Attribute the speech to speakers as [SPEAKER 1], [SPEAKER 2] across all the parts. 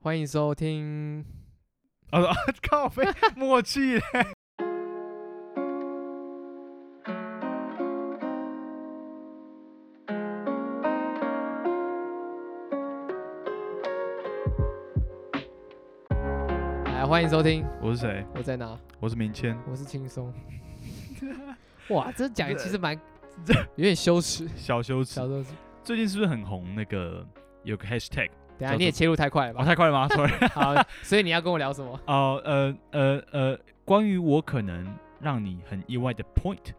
[SPEAKER 1] 欢迎收听。
[SPEAKER 2] 啊 啊！靠背默契嘞。
[SPEAKER 1] 来，欢迎收听。
[SPEAKER 2] 我是谁？
[SPEAKER 1] 我在哪？
[SPEAKER 2] 我是明谦。
[SPEAKER 1] 我是轻 松。哇，这讲其实蛮有点羞耻，
[SPEAKER 2] 小羞耻
[SPEAKER 1] 小。羞耻。
[SPEAKER 2] 最近是不是很红？那个有个 hashtag，
[SPEAKER 1] 等一
[SPEAKER 2] 叫
[SPEAKER 1] 下
[SPEAKER 2] 做
[SPEAKER 1] 你也切入太快了
[SPEAKER 2] 哦，啊
[SPEAKER 1] 吧？
[SPEAKER 2] 太快了吗？Sorry。
[SPEAKER 1] 好，所以你要跟我聊什么？
[SPEAKER 2] 哦，呃呃呃，关于我可能让你很意外的 point，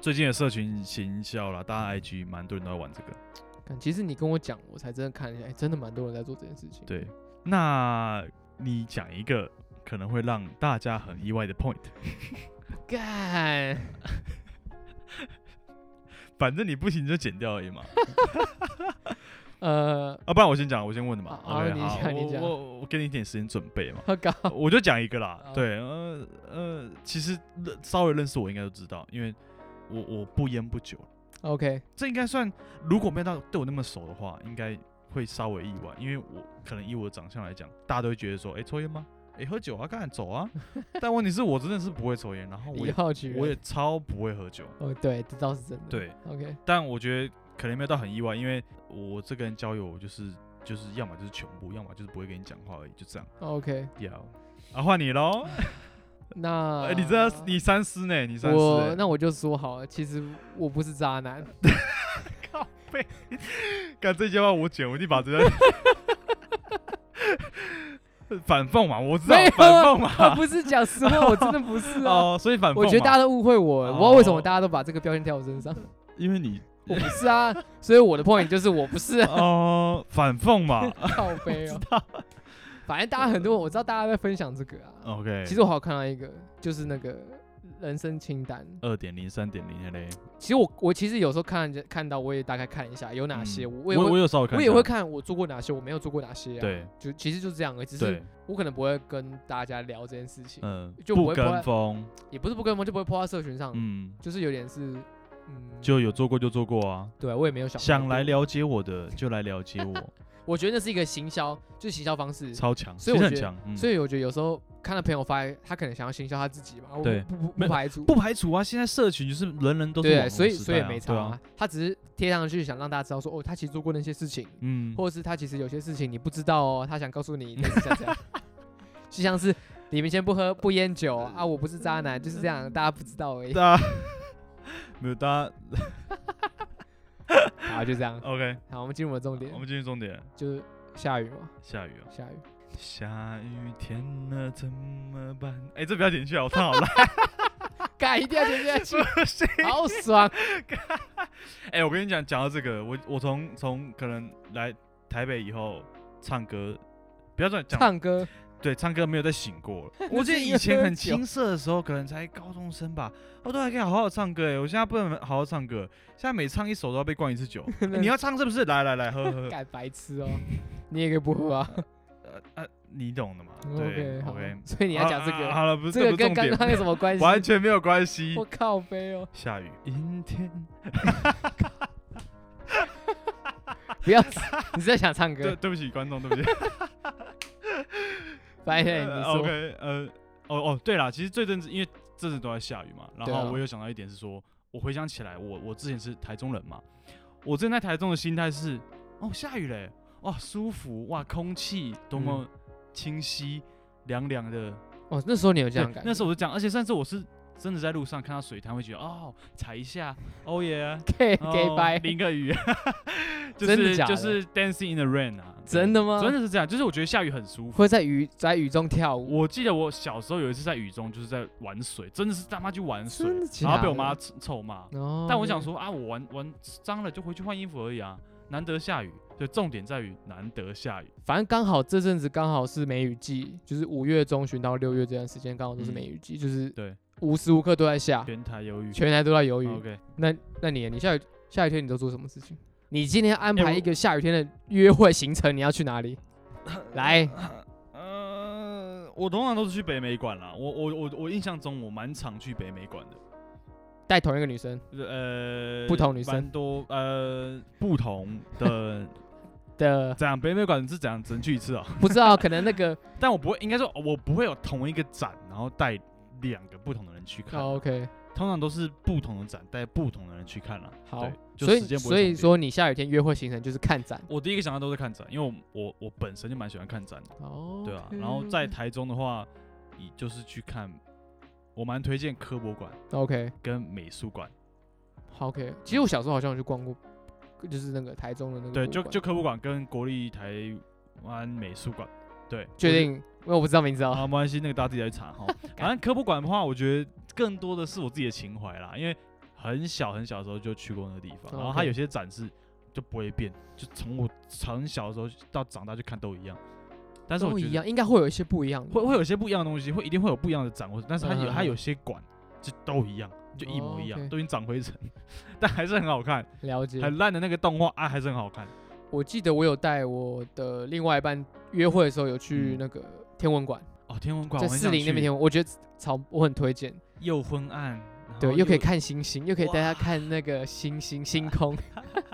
[SPEAKER 2] 最近的社群行销啦，
[SPEAKER 1] 嗯
[SPEAKER 2] 大家 IG 蛮多人都在玩这个。
[SPEAKER 1] 干其实你跟我讲，我才真的看一下，哎，真的蛮多人在做这件事情。
[SPEAKER 2] 对，那你讲一个可能会让大家很意外的 point，
[SPEAKER 1] 干，
[SPEAKER 2] 反正你不行就剪掉而已嘛。
[SPEAKER 1] 呃，
[SPEAKER 2] 啊，不然我先讲，我先问的嘛。
[SPEAKER 1] 好
[SPEAKER 2] OK，
[SPEAKER 1] 哦你
[SPEAKER 2] 好
[SPEAKER 1] 讲你
[SPEAKER 2] 我
[SPEAKER 1] 讲
[SPEAKER 2] 我我给你一点时间准备嘛。
[SPEAKER 1] 我搞，
[SPEAKER 2] 我就讲一个啦
[SPEAKER 1] 好，
[SPEAKER 2] 对，呃呃，其实认稍微认识我应该都知道，因为我我不烟不酒，
[SPEAKER 1] OK，
[SPEAKER 2] 这应该算如果没有到对我那么熟的话，应该会稍微意外，因为我可能以我的长相来讲，大家都会觉得说，哎、抽烟吗？哎、喝酒啊，干走啊。但问题是我真的是不会抽烟，然后我
[SPEAKER 1] 一
[SPEAKER 2] 也
[SPEAKER 1] 号取人
[SPEAKER 2] 我也超不会喝酒，
[SPEAKER 1] 哦，对，这倒是真的。
[SPEAKER 2] 对，
[SPEAKER 1] ，OK，
[SPEAKER 2] 但我觉得可能没有到很意外，因为我这个人交友就是就是要么就是穷不，要么就是不会跟你讲话而已，就这样。
[SPEAKER 1] OK，
[SPEAKER 2] 要啊，换你喽。
[SPEAKER 1] 那、
[SPEAKER 2] 哎、你这样你三思呢？你三思、
[SPEAKER 1] 啊我
[SPEAKER 2] 欸。
[SPEAKER 1] 那我就说好了，其实我不是渣 男，
[SPEAKER 2] 干这些话我剪，我一定把 这个反讽嘛，我知道
[SPEAKER 1] 没有啊
[SPEAKER 2] 反讽
[SPEAKER 1] 他
[SPEAKER 2] 嘛。
[SPEAKER 1] 不是讲实话，我真的不是啊。
[SPEAKER 2] 哦，所以反讽嘛。
[SPEAKER 1] 我觉得大家都误会我，我不知道为什么
[SPEAKER 2] 哦
[SPEAKER 1] 大家都把这个标签贴我身 上。
[SPEAKER 2] 因为你
[SPEAKER 1] 我不是啊，所以我的 point 就是我不是啊
[SPEAKER 2] 哦、反讽嘛。
[SPEAKER 1] 靠 背哦。反正大家很多，我知道大家在分享这个啊。
[SPEAKER 2] OK，
[SPEAKER 1] 其实我好像看到一个，就是那个人生清单。
[SPEAKER 2] 二点零、三点零嘞。
[SPEAKER 1] 其实我我其实有时候看着看到，我也大概看一下有哪些，
[SPEAKER 2] 嗯
[SPEAKER 1] 我
[SPEAKER 2] 我
[SPEAKER 1] 也会
[SPEAKER 2] 我有稍微看
[SPEAKER 1] 我
[SPEAKER 2] 一下，
[SPEAKER 1] 也会看我做过哪些，我没有做过哪些啊。，
[SPEAKER 2] 对
[SPEAKER 1] 就其实就是这样而已，只是
[SPEAKER 2] 对，
[SPEAKER 1] 我可能不会跟大家聊这件事情，
[SPEAKER 2] 嗯，
[SPEAKER 1] 就不
[SPEAKER 2] 不
[SPEAKER 1] 会
[SPEAKER 2] 跟风，
[SPEAKER 1] 也不是不跟风，就不会泼到社群上，
[SPEAKER 2] 嗯，
[SPEAKER 1] 就是有点是，嗯，
[SPEAKER 2] 就有做过就做过啊。
[SPEAKER 1] 对我也没有想
[SPEAKER 2] 想
[SPEAKER 1] 过
[SPEAKER 2] 来，了解我的就来了 解我，
[SPEAKER 1] 我觉得那是一个行销，就是行销方式，
[SPEAKER 2] 超强，
[SPEAKER 1] 所以
[SPEAKER 2] 其实
[SPEAKER 1] 我
[SPEAKER 2] 很
[SPEAKER 1] 觉得
[SPEAKER 2] 强，嗯、
[SPEAKER 1] 所以我觉得有时候看到朋友发，他可能想要行销他自己嘛，我
[SPEAKER 2] 对
[SPEAKER 1] 不不不
[SPEAKER 2] 没
[SPEAKER 1] 排除，
[SPEAKER 2] 不排除啊。现在社群就是人人都是网
[SPEAKER 1] 对，
[SPEAKER 2] 红
[SPEAKER 1] 所以
[SPEAKER 2] 时
[SPEAKER 1] 所以
[SPEAKER 2] 代啊
[SPEAKER 1] 没差
[SPEAKER 2] 对啊，
[SPEAKER 1] 他只是贴上去想让大家知道说，哦，他其实做过那些事情，
[SPEAKER 2] 嗯，
[SPEAKER 1] 或者是他其实有些事情你不知道哦，他想告诉你，类似像这样， 就像是李明先不喝不烟酒啊，我不是渣男，就是这样，大家不知道 而已，
[SPEAKER 2] 大家没有大家
[SPEAKER 1] 好，就这样，
[SPEAKER 2] OK，
[SPEAKER 1] 好，我们进入我们的重点
[SPEAKER 2] 我，们进入重点，
[SPEAKER 1] 就是下雨嘛，
[SPEAKER 2] 下雨哦，
[SPEAKER 1] 下雨，
[SPEAKER 2] 下雨天了怎么办？哎、这不要进去啊，我唱 好烂，
[SPEAKER 1] 啊干一定要点下去，
[SPEAKER 2] 不行。
[SPEAKER 1] 好爽，
[SPEAKER 2] 哎、我跟你讲，讲到这个，我我从从可能来台北以后唱歌，不要这样讲，
[SPEAKER 1] 唱歌，。
[SPEAKER 2] 对，唱歌没有再醒过了 我记得
[SPEAKER 1] 是因
[SPEAKER 2] 以
[SPEAKER 1] 为
[SPEAKER 2] 前
[SPEAKER 1] 喝
[SPEAKER 2] 很
[SPEAKER 1] 酒
[SPEAKER 2] 青涩的时候，可能才高中生吧，我都还可以好好唱歌、哎，我现在不能好好唱歌，现在每唱一首都要被灌一 次酒。哎你要唱是不是？来来来，喝喝喝。
[SPEAKER 1] 干白痴哦，你也可以不喝啊。
[SPEAKER 2] 呃呃，你懂的嘛？对
[SPEAKER 1] OK 好
[SPEAKER 2] ，OK。
[SPEAKER 1] 所以你要讲这
[SPEAKER 2] 啊啊
[SPEAKER 1] 个，
[SPEAKER 2] 好了，不是
[SPEAKER 1] 这个
[SPEAKER 2] 不是
[SPEAKER 1] 跟
[SPEAKER 2] 重
[SPEAKER 1] 刚
[SPEAKER 2] 点
[SPEAKER 1] 刚有什么关系？
[SPEAKER 2] 完全没有关系
[SPEAKER 1] 我。靠背 哦，
[SPEAKER 2] 下雨，阴天。
[SPEAKER 1] 不要，你是在想唱
[SPEAKER 2] 对，
[SPEAKER 1] 歌？
[SPEAKER 2] 对不起观众，对不起。
[SPEAKER 1] 白天
[SPEAKER 2] 呃
[SPEAKER 1] 你说
[SPEAKER 2] OK，呃，哦哦，对啦，其实最阵子因为这阵子都在下雨嘛，然
[SPEAKER 1] 对啊
[SPEAKER 2] 后我有想到一点是说，我回想起来，我我之前是台中人嘛，我之前在台中的心态是，哦下雨嘞，哇舒服，哇空气多么
[SPEAKER 1] 嗯
[SPEAKER 2] 清晰，凉凉的。
[SPEAKER 1] 哦，那时候你有这
[SPEAKER 2] 对
[SPEAKER 1] 样感觉？
[SPEAKER 2] 那时候我就讲，而且甚至我是真的在路上看到水滩，会觉得哦踩一下，哦耶。
[SPEAKER 1] gay
[SPEAKER 2] 哦
[SPEAKER 1] gay 掰，
[SPEAKER 2] 淋个雨， 就
[SPEAKER 1] 真的
[SPEAKER 2] 是
[SPEAKER 1] 假的
[SPEAKER 2] 就是 Dancing in the Rain 啊，对
[SPEAKER 1] 真的吗
[SPEAKER 2] 真的是这样，就是我觉得下雨很舒服。
[SPEAKER 1] 会在雨在雨中跳舞，
[SPEAKER 2] 我记得我小时候有一次在雨中，就是在玩水，真的是他妈去玩水
[SPEAKER 1] 真的，假的
[SPEAKER 2] 然后被我妈臭臭骂。
[SPEAKER 1] 哦
[SPEAKER 2] 但我想，说啊，我玩玩脏了就回去换衣服而已啊，难得下雨。对，重点在于难得下雨。
[SPEAKER 1] 反正刚好这阵子刚好是梅雨季，就是五月中旬到六月这段时间刚好都是
[SPEAKER 2] 嗯
[SPEAKER 1] 梅雨季，就是
[SPEAKER 2] 对，
[SPEAKER 1] 无时无刻都在下，
[SPEAKER 2] 全台有雨。
[SPEAKER 1] 全台都在有雨。
[SPEAKER 2] OK，
[SPEAKER 1] 那那你你下雨下雨天你都做什么事情？你今天安
[SPEAKER 2] 哎
[SPEAKER 1] 排
[SPEAKER 2] 我
[SPEAKER 1] 一个下雨天的约会行程，你要去哪 里？来，
[SPEAKER 2] 呃，我通常都是去北美馆啦。我我我我印象中我蛮常去北美馆的。
[SPEAKER 1] 带同一个女生，
[SPEAKER 2] 呃，
[SPEAKER 1] 不同女生
[SPEAKER 2] 蛮多呃不同的
[SPEAKER 1] 的，
[SPEAKER 2] 怎样？北美馆是怎样？只能去一次哦。
[SPEAKER 1] 不知道可能那个
[SPEAKER 2] 但我不会，应该说我不会有同一个展，然后带两个不同的人去 看。
[SPEAKER 1] 哦 OK，
[SPEAKER 2] 通常都是不同的展带不同的人去看了、
[SPEAKER 1] 好
[SPEAKER 2] 对就
[SPEAKER 1] 所以
[SPEAKER 2] 时间不会
[SPEAKER 1] 所以
[SPEAKER 2] 重叠
[SPEAKER 1] 说你下雨天约会行程就是看展
[SPEAKER 2] 我第一个想到都是看展，因为我我我本身就蛮喜欢看展的，
[SPEAKER 1] 哦
[SPEAKER 2] 对啊。然后在台中的话，以就是去看，我蛮推荐科博馆
[SPEAKER 1] OK
[SPEAKER 2] 跟美术馆。
[SPEAKER 1] 好 OK，其实我小时候好像有去逛过，就是那个台中的那个
[SPEAKER 2] 对，
[SPEAKER 1] 博
[SPEAKER 2] 就
[SPEAKER 1] 物馆
[SPEAKER 2] 就科博馆跟国立台湾美术馆。对，
[SPEAKER 1] 确
[SPEAKER 2] 我
[SPEAKER 1] 定，因为我不知道名字哦。
[SPEAKER 2] 啊，没关系，那个大家自己来查 哈。反正科普馆的话，我觉得更多的是我自己的情怀啦，因为很小很小的时候就去过那个地方，然后它
[SPEAKER 1] OK
[SPEAKER 2] 有些展示就不会变，就从我很小的时候到长大去看都一样。但是我
[SPEAKER 1] 都
[SPEAKER 2] 觉
[SPEAKER 1] 一
[SPEAKER 2] 得
[SPEAKER 1] 样，应该会有一些不一样的，
[SPEAKER 2] 会会有些不一样的东西，会一定会有不一样的展，或者但是它有
[SPEAKER 1] 嗯嗯
[SPEAKER 2] 它
[SPEAKER 1] 嗯
[SPEAKER 2] 有些馆就都一样，就一模一
[SPEAKER 1] 哦
[SPEAKER 2] 样，
[SPEAKER 1] ，OK
[SPEAKER 2] 都已经长灰尘， 但还是很好看。
[SPEAKER 1] 了解。
[SPEAKER 2] 很烂的那个动画啊，还是很好看。
[SPEAKER 1] 我记得我有带我的另外一半约会的时候，有去
[SPEAKER 2] 嗯
[SPEAKER 1] 那个天文馆，
[SPEAKER 2] 哦，天文馆
[SPEAKER 1] 在
[SPEAKER 2] 我很
[SPEAKER 1] 四
[SPEAKER 2] 想
[SPEAKER 1] 零那边
[SPEAKER 2] 去
[SPEAKER 1] 天，文，我觉得超我很推荐，
[SPEAKER 2] 又昏暗，然
[SPEAKER 1] 对，
[SPEAKER 2] 后
[SPEAKER 1] 又可以看星星，又可以带他
[SPEAKER 2] 哇
[SPEAKER 1] 看那个星星 星空，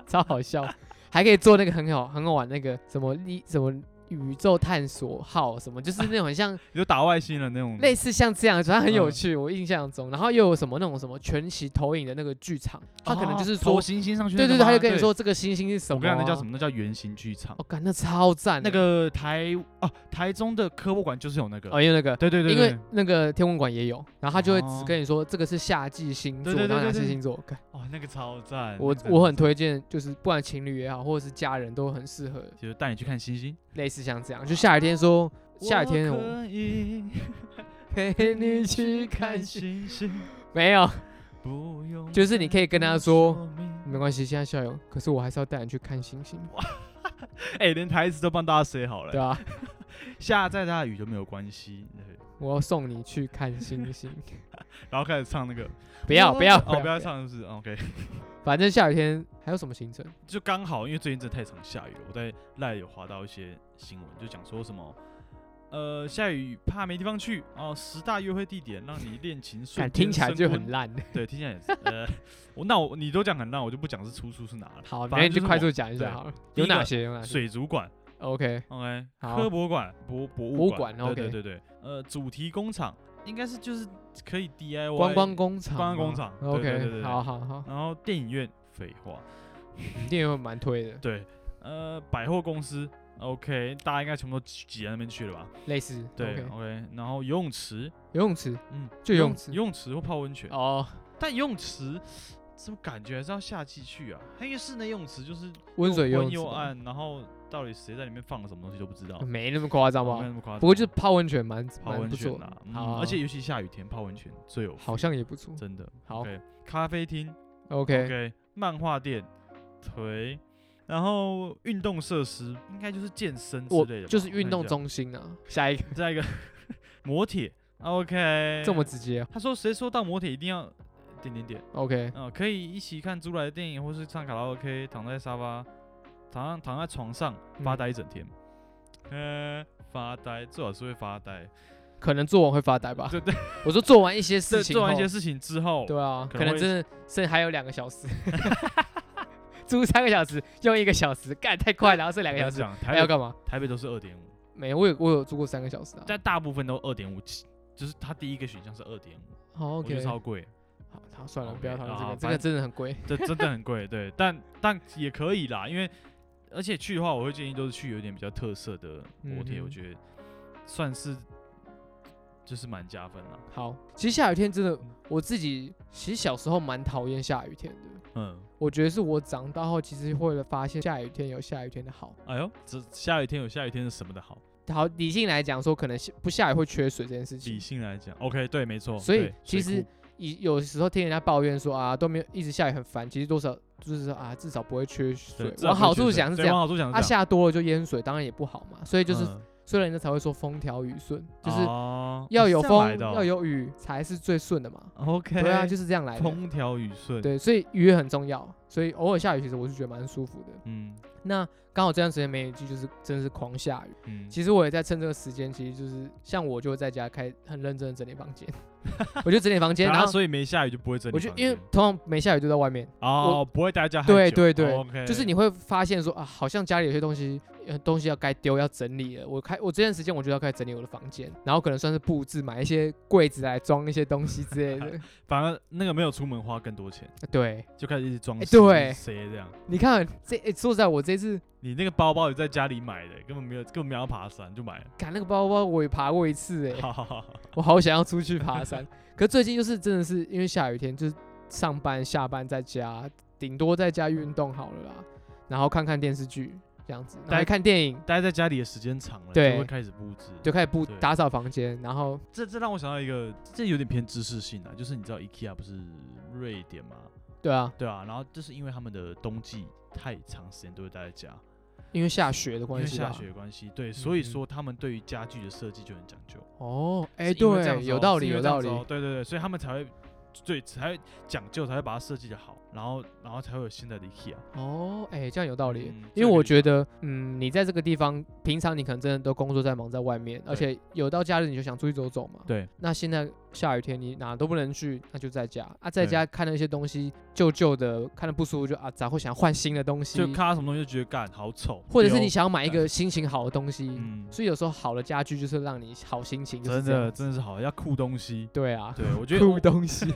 [SPEAKER 1] 超好笑，还可以做那个很好很好玩那个什么一什么宇宙探索号什么，就是那种很 像
[SPEAKER 2] 有打外星人那种
[SPEAKER 1] 类似像这样，反正很有
[SPEAKER 2] 嗯
[SPEAKER 1] 趣，我印象中，然后又有什么那种什么全息投影的那个剧场，他可能就是
[SPEAKER 2] 哦
[SPEAKER 1] 说
[SPEAKER 2] 投，星星上去
[SPEAKER 1] 对
[SPEAKER 2] 那个
[SPEAKER 1] 对
[SPEAKER 2] 吗。
[SPEAKER 1] 对，他就跟你说这个星星是什
[SPEAKER 2] 我
[SPEAKER 1] 么，
[SPEAKER 2] 跟你讲，那叫什？么？那叫圆形剧场
[SPEAKER 1] 我。感那超赞
[SPEAKER 2] 那
[SPEAKER 1] 的，
[SPEAKER 2] 个台哦，台中的科博馆就是有那个。
[SPEAKER 1] 哦，因为那个。
[SPEAKER 2] 对对对，
[SPEAKER 1] 因为
[SPEAKER 2] 对
[SPEAKER 1] 那个天文馆也有，然后他就会
[SPEAKER 2] 哦
[SPEAKER 1] 只跟你说这个是夏季星座，
[SPEAKER 2] 对对对
[SPEAKER 1] 然后哪
[SPEAKER 2] 对
[SPEAKER 1] 些
[SPEAKER 2] 对
[SPEAKER 1] 星座。干
[SPEAKER 2] 哦，那个超赞。
[SPEAKER 1] 我
[SPEAKER 2] 那个真的
[SPEAKER 1] 我很
[SPEAKER 2] 超赞，
[SPEAKER 1] 推荐，就是不管情侣也好，或者是家人都很适合，
[SPEAKER 2] 就是带你去看星星。
[SPEAKER 1] 类似像这样，就下雨天说下雨天我
[SPEAKER 2] 可以
[SPEAKER 1] 陪你去看星，
[SPEAKER 2] 星星，
[SPEAKER 1] 没有，
[SPEAKER 2] 不用
[SPEAKER 1] 就是你可以跟他说没
[SPEAKER 2] 明。
[SPEAKER 1] 关系，现在下雨，可是我还是要带你去看星星，
[SPEAKER 2] 哎，连台词都帮大家写好
[SPEAKER 1] 对啊
[SPEAKER 2] 了。
[SPEAKER 1] 吧、
[SPEAKER 2] 下再大的雨就没有关系。对
[SPEAKER 1] 我要送你去看星 星，
[SPEAKER 2] 然后开始唱那个，
[SPEAKER 1] 不要不要
[SPEAKER 2] 哦，不
[SPEAKER 1] 不
[SPEAKER 2] 要，唱，是不是哦？OK，
[SPEAKER 1] 反正下雨天还有什么行程？
[SPEAKER 2] 就刚好，因为最近真的太常下雨了，我在赖有划到一些新闻，就讲说什么，呃，下雨怕没地方去哦，十大约会地点让你恋情瞬
[SPEAKER 1] 看
[SPEAKER 2] 间
[SPEAKER 1] 听起来
[SPEAKER 2] 升
[SPEAKER 1] 就很
[SPEAKER 2] 温，
[SPEAKER 1] 烂，
[SPEAKER 2] 对，听起来也是，呃，我那我你都讲很烂，我就不讲是出处是哪 了。
[SPEAKER 1] 好，
[SPEAKER 2] 反
[SPEAKER 1] 那
[SPEAKER 2] 正
[SPEAKER 1] 你
[SPEAKER 2] 就是
[SPEAKER 1] 就快
[SPEAKER 2] 我
[SPEAKER 1] 速讲一
[SPEAKER 2] 对
[SPEAKER 1] 下好了，
[SPEAKER 2] 第
[SPEAKER 1] 有
[SPEAKER 2] 一个
[SPEAKER 1] 哪些有哪些
[SPEAKER 2] 水族馆
[SPEAKER 1] ？OK，
[SPEAKER 2] ，OK，
[SPEAKER 1] 好
[SPEAKER 2] 科博馆、博博
[SPEAKER 1] 哦博
[SPEAKER 2] 物
[SPEAKER 1] 物馆
[SPEAKER 2] 对对
[SPEAKER 1] OK
[SPEAKER 2] 对对，呃，主题工厂应该是就是可以 DIY
[SPEAKER 1] 观光工厂吗，
[SPEAKER 2] 哎观光工厂对
[SPEAKER 1] OK，
[SPEAKER 2] 对对对对
[SPEAKER 1] 好好好，嗯
[SPEAKER 2] 然后电影院，废话，
[SPEAKER 1] 一定有蛮推的，
[SPEAKER 2] 对，呃，百货公司，OK，大家应该全部都挤挤到那边去了吧？
[SPEAKER 1] 类似
[SPEAKER 2] 对哦
[SPEAKER 1] OK
[SPEAKER 2] ，OK，然后游泳池，
[SPEAKER 1] 游泳池
[SPEAKER 2] 嗯，
[SPEAKER 1] 就游泳池
[SPEAKER 2] 游泳池或泡温泉，
[SPEAKER 1] 哦，
[SPEAKER 2] 但游泳池怎么感觉还是要夏季去啊？因为室内游泳池就是
[SPEAKER 1] 温
[SPEAKER 2] 又
[SPEAKER 1] 水游泳
[SPEAKER 2] 昏
[SPEAKER 1] 池
[SPEAKER 2] 又
[SPEAKER 1] 吧
[SPEAKER 2] 暗，然后到底谁在里面放了什么东西都不知道，
[SPEAKER 1] 没那么夸张
[SPEAKER 2] 哦没
[SPEAKER 1] 吧？
[SPEAKER 2] 那么夸张。啊
[SPEAKER 1] 不过就是泡温泉蛮
[SPEAKER 2] 泡
[SPEAKER 1] 蛮
[SPEAKER 2] 温
[SPEAKER 1] 不错
[SPEAKER 2] 泉
[SPEAKER 1] 的
[SPEAKER 2] 啦，，
[SPEAKER 1] 好啊
[SPEAKER 2] 嗯，而且尤其下雨天泡温泉最有 feel，
[SPEAKER 1] 好像也不错。
[SPEAKER 2] 真的
[SPEAKER 1] 好
[SPEAKER 2] OK，咖啡厅
[SPEAKER 1] OK，
[SPEAKER 2] OK，漫画店，腿，然后运动设施应该就是健身之
[SPEAKER 1] 我
[SPEAKER 2] 类的吧，
[SPEAKER 1] 就是
[SPEAKER 2] 我
[SPEAKER 1] 运
[SPEAKER 2] 看一
[SPEAKER 1] 动
[SPEAKER 2] 下
[SPEAKER 1] 中心啊，下一个
[SPEAKER 2] 再一个 磨铁，OK，
[SPEAKER 1] 这么直接啊
[SPEAKER 2] 他说谁说到磨铁一定要呃点点点，
[SPEAKER 1] OK，
[SPEAKER 2] 啊、可以一起看租来的电影，或是唱卡拉 OK，躺在沙发，躺躺在床上发
[SPEAKER 1] 嗯
[SPEAKER 2] 呆一整天，呃，发呆最好是会发呆，
[SPEAKER 1] 嗯可能做完会发呆吧？
[SPEAKER 2] 对对，
[SPEAKER 1] 我说做完一些
[SPEAKER 2] 这
[SPEAKER 1] 事情，
[SPEAKER 2] 做完一些，事情之后，
[SPEAKER 1] 对啊，
[SPEAKER 2] 可
[SPEAKER 1] 可
[SPEAKER 2] 能
[SPEAKER 1] 能
[SPEAKER 2] 会
[SPEAKER 1] 真的剩还有两个小时， 租三个小时，用一个小时，干太 快了，然后剩两
[SPEAKER 2] 我
[SPEAKER 1] 个小
[SPEAKER 2] 跟你
[SPEAKER 1] 时，
[SPEAKER 2] 讲，
[SPEAKER 1] 还
[SPEAKER 2] 台
[SPEAKER 1] 要
[SPEAKER 2] 北
[SPEAKER 1] 干嘛？
[SPEAKER 2] 台北都是二点五，
[SPEAKER 1] 没有，我有我有住过三个小时啊。
[SPEAKER 2] 但大部分都二点五起，就是它第一个选项是二点五，
[SPEAKER 1] 好
[SPEAKER 2] 我觉得
[SPEAKER 1] 哦 OK，
[SPEAKER 2] 超贵，
[SPEAKER 1] 好，好，算了，
[SPEAKER 2] OK，
[SPEAKER 1] 不要讨论这
[SPEAKER 2] 啊
[SPEAKER 1] 个，这
[SPEAKER 2] 反
[SPEAKER 1] 个真的很贵。
[SPEAKER 2] 这真的很贵，对，但但也可以啦，因为而且去的话，我会建议都是去有点比较特色的摩铁，
[SPEAKER 1] 嗯哼
[SPEAKER 2] 我觉得算是就是蛮加分了。
[SPEAKER 1] 好，其实下雨天真的，我自己其实小时候蛮讨厌下雨天的。
[SPEAKER 2] 嗯，
[SPEAKER 1] 我觉得是我长大后，其实会发现下雨天有下雨天的好。
[SPEAKER 2] 哎呦，这下雨天有下雨天是什么的好？
[SPEAKER 1] 好，理性来讲说，可能下不下雨会缺水这件事
[SPEAKER 2] 理
[SPEAKER 1] 情。
[SPEAKER 2] 性来讲，OK，对，没错。
[SPEAKER 1] 所以
[SPEAKER 2] 对
[SPEAKER 1] 其
[SPEAKER 2] 水
[SPEAKER 1] 实
[SPEAKER 2] 库
[SPEAKER 1] 以有时候听人家抱怨说啊，都没有一直下雨很烦，其实多少就是说啊，至少不会缺
[SPEAKER 2] 对
[SPEAKER 1] 水。
[SPEAKER 2] 至少
[SPEAKER 1] 往
[SPEAKER 2] 不会
[SPEAKER 1] 好
[SPEAKER 2] 缺
[SPEAKER 1] 处
[SPEAKER 2] 水
[SPEAKER 1] 想是这
[SPEAKER 2] 对
[SPEAKER 1] 样，
[SPEAKER 2] 往好处想
[SPEAKER 1] 啊，
[SPEAKER 2] 是这样，
[SPEAKER 1] 下多了就淹水，当然也不好嘛。所以就是，
[SPEAKER 2] 嗯
[SPEAKER 1] 所以人家才会说风调雨顺，就是
[SPEAKER 2] 哦
[SPEAKER 1] 要
[SPEAKER 2] 你
[SPEAKER 1] 有
[SPEAKER 2] 是这样
[SPEAKER 1] 风
[SPEAKER 2] 来的哦
[SPEAKER 1] 要有雨才是最顺的嘛。
[SPEAKER 2] OK，
[SPEAKER 1] 对啊，就是这样来的。
[SPEAKER 2] 风调雨顺。
[SPEAKER 1] 对，所以雨也很重要，所以偶尔下雨其实我是觉得蛮舒服的。
[SPEAKER 2] 嗯
[SPEAKER 1] 那刚好这段时间梅雨季就是真的是狂下雨，
[SPEAKER 2] 嗯，
[SPEAKER 1] 其实我也在趁这个时间，其实就是像我就会在家开很认真的整理房 间，我就整理房间，
[SPEAKER 2] 然
[SPEAKER 1] 然
[SPEAKER 2] 后
[SPEAKER 1] 后
[SPEAKER 2] 所以没下雨就不会整理
[SPEAKER 1] 我就
[SPEAKER 2] 房
[SPEAKER 1] 因为
[SPEAKER 2] 间
[SPEAKER 1] 通常没下雨就在外面，
[SPEAKER 2] 哦，不会待在家太
[SPEAKER 1] 对
[SPEAKER 2] 久
[SPEAKER 1] 对对
[SPEAKER 2] 哦，OK
[SPEAKER 1] 就是你会发现说啊，好像家里有些东西，呃，东西要该丢要整理了。我开我这段时间我就要开始整理我的房间，然后可能算是布置，买一些柜子来装一些东西之类 的。
[SPEAKER 2] 反而那个没有出门花更多钱，
[SPEAKER 1] 对，
[SPEAKER 2] 就开始一直装
[SPEAKER 1] 哎
[SPEAKER 2] 饰
[SPEAKER 1] 对
[SPEAKER 2] 谁这样？
[SPEAKER 1] 你看这、诶说实在，我这次
[SPEAKER 2] 你那个包包也在家里买的，根本没有根本没有要爬山就买了。
[SPEAKER 1] 赶那个包包，我也爬过一次哎、
[SPEAKER 2] 好好好好，
[SPEAKER 1] 我好想要出去爬山。可最近就是真的是因为下雨天，就是上班下班在家，顶多在家运动好了啦，然后看看电视剧这样子，然后
[SPEAKER 2] 待
[SPEAKER 1] 看电影，
[SPEAKER 2] 待在家里的时间长了，就
[SPEAKER 1] 对
[SPEAKER 2] 会开始布置。
[SPEAKER 1] 就开始布
[SPEAKER 2] 对
[SPEAKER 1] 打扫房间，然后
[SPEAKER 2] 这这让我想到一个，这有点偏知识性啊，就是你知道 IKEA 不是瑞典吗？
[SPEAKER 1] 对啊，
[SPEAKER 2] 对啊，然后就是因为他们的冬季太长时间都会待在家，
[SPEAKER 1] 因为下雪的
[SPEAKER 2] 因
[SPEAKER 1] 关
[SPEAKER 2] 为
[SPEAKER 1] 系
[SPEAKER 2] 下
[SPEAKER 1] 吧。
[SPEAKER 2] 雪的关系，对，所以
[SPEAKER 1] 啊嗯
[SPEAKER 2] 说他们对于家具的设计就很讲究。
[SPEAKER 1] 哦，哎、
[SPEAKER 2] 是因为这样
[SPEAKER 1] 对，
[SPEAKER 2] 子
[SPEAKER 1] 有
[SPEAKER 2] 哦
[SPEAKER 1] 道
[SPEAKER 2] 是
[SPEAKER 1] 理，
[SPEAKER 2] 因为
[SPEAKER 1] 有
[SPEAKER 2] 这样
[SPEAKER 1] 道
[SPEAKER 2] 子
[SPEAKER 1] 理。
[SPEAKER 2] 哦对对对，所以他们才会对才会讲究，才会把它设计的好，然后然后才会有现在的 IKEA。啊
[SPEAKER 1] 哦，哎、这样有道理。
[SPEAKER 2] 嗯
[SPEAKER 1] 因为
[SPEAKER 2] 这个
[SPEAKER 1] 我
[SPEAKER 2] 有
[SPEAKER 1] 觉得，嗯，你在这个地方，平常你可能真的都工作在忙，在外面，而
[SPEAKER 2] 对
[SPEAKER 1] 且有到假日你就想出去走走嘛。
[SPEAKER 2] 对，
[SPEAKER 1] 那现在下雨天，你哪都不能去，那就在家啊，在
[SPEAKER 2] 对
[SPEAKER 1] 家看那些东西旧旧的，看的不舒服就啊，咋会想换新的东西
[SPEAKER 2] 就？看到什么东西就觉得干好丑，
[SPEAKER 1] 或者是
[SPEAKER 2] 丢
[SPEAKER 1] 你想要买一
[SPEAKER 2] 干
[SPEAKER 1] 个心情好的东西，
[SPEAKER 2] 嗯，
[SPEAKER 1] 所以有时候好的家具就是让你好心情，就是
[SPEAKER 2] 真
[SPEAKER 1] 这样
[SPEAKER 2] 的真的是好要酷东 西。
[SPEAKER 1] 对啊，
[SPEAKER 2] 对，我觉得
[SPEAKER 1] 酷
[SPEAKER 2] 我
[SPEAKER 1] 东西。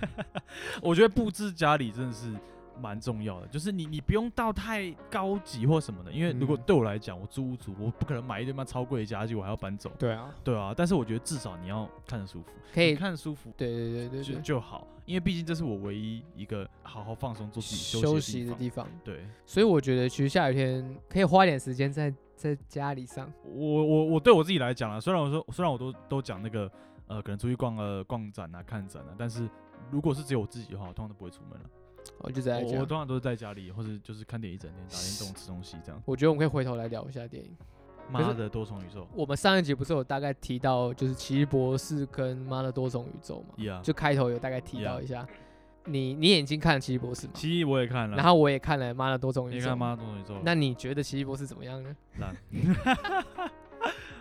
[SPEAKER 2] 我觉得布置家里真的是蛮重要的，就是你你不用到太高级或什么的，因为如果
[SPEAKER 1] 嗯
[SPEAKER 2] 对我来讲，我租屋主我不可能买一堆嘛超贵的家具，我还要搬走。
[SPEAKER 1] 对啊，
[SPEAKER 2] 对啊，但是我觉得至少你要看着舒服，
[SPEAKER 1] 可以
[SPEAKER 2] 你，看着舒服
[SPEAKER 1] 对对对对
[SPEAKER 2] 就
[SPEAKER 1] 对，
[SPEAKER 2] 就好，因为毕竟这是我唯一一个好好放松做自己
[SPEAKER 1] 休息
[SPEAKER 2] 息
[SPEAKER 1] 的地方。
[SPEAKER 2] 对
[SPEAKER 1] 所以我觉得，其实下雨天可以花一点时间在在家里上。
[SPEAKER 2] 我我我对我自己来讲啊，虽然我说虽然我都都讲那个呃，可能出去逛呃逛展啊、看展啊，但是如果是只有我自己的话，我通常都不会出门了、
[SPEAKER 1] 我哦就在
[SPEAKER 2] 我
[SPEAKER 1] 家
[SPEAKER 2] 我。通常都是在家里，或者就是看电影一整天，打电动、吃东西这样。
[SPEAKER 1] 我觉得我们可以回头来聊一下电影。可是
[SPEAKER 2] 妈的，多重宇宙
[SPEAKER 1] 我们上一集不是有大概提到，就是《奇异博士》跟《妈的多重宇宙》嘛？
[SPEAKER 2] ，Yeah，
[SPEAKER 1] 就开头有大概提到一下。你你也已经看了《奇异博士》嘛？
[SPEAKER 2] 奇异我也看了，
[SPEAKER 1] 然后我也看了《妈的多重
[SPEAKER 2] 你
[SPEAKER 1] 宇
[SPEAKER 2] 也
[SPEAKER 1] 宙》。
[SPEAKER 2] 看妈的多重宇宙，
[SPEAKER 1] 那你觉得《奇异博士》怎么样呢？
[SPEAKER 2] 烂。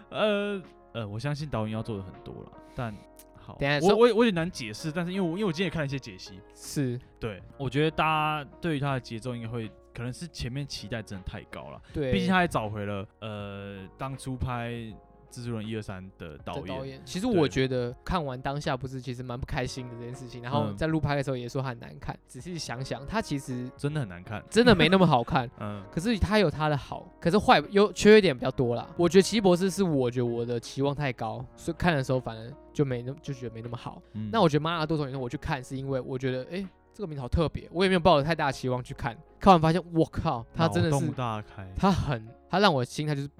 [SPEAKER 2] 呃呃，我相信导演要做的很多了，但好，
[SPEAKER 1] 等一下
[SPEAKER 2] 我
[SPEAKER 1] 说
[SPEAKER 2] 我我有点难解释，但是因为我因为我今天也看了一些解析，
[SPEAKER 1] 是
[SPEAKER 2] 对，我觉得大家对于他的节奏应该会，可能是前面期待真的太高了，
[SPEAKER 1] 对，
[SPEAKER 2] 毕竟他也找回了呃当初拍《蜘蛛人一二三》的导
[SPEAKER 1] 的
[SPEAKER 2] 演，
[SPEAKER 1] 导演。其实我
[SPEAKER 2] 对
[SPEAKER 1] 觉得看完当下不是，其实蛮不开心的这件事情。然后
[SPEAKER 2] 嗯
[SPEAKER 1] 在录拍的时候也说很难看，仔细想想，它其实
[SPEAKER 2] 真的很难看，
[SPEAKER 1] 真的没那么好 看。
[SPEAKER 2] 嗯
[SPEAKER 1] 可是它有它的好，可是坏优缺点比较多啦。我觉得《奇异博士》是我觉得我的期望太高，所以看的时候反而就没那就觉得没那么好。
[SPEAKER 2] 嗯，
[SPEAKER 1] 那我觉得《妈妈多重宇宙》我去看是因为我觉得，诶，这个名字好特别，我也没有抱有太大的期望去看，看完发现我靠，它真的
[SPEAKER 2] 脑
[SPEAKER 1] 是
[SPEAKER 2] 洞大开，
[SPEAKER 1] 它很它让我心态就是噗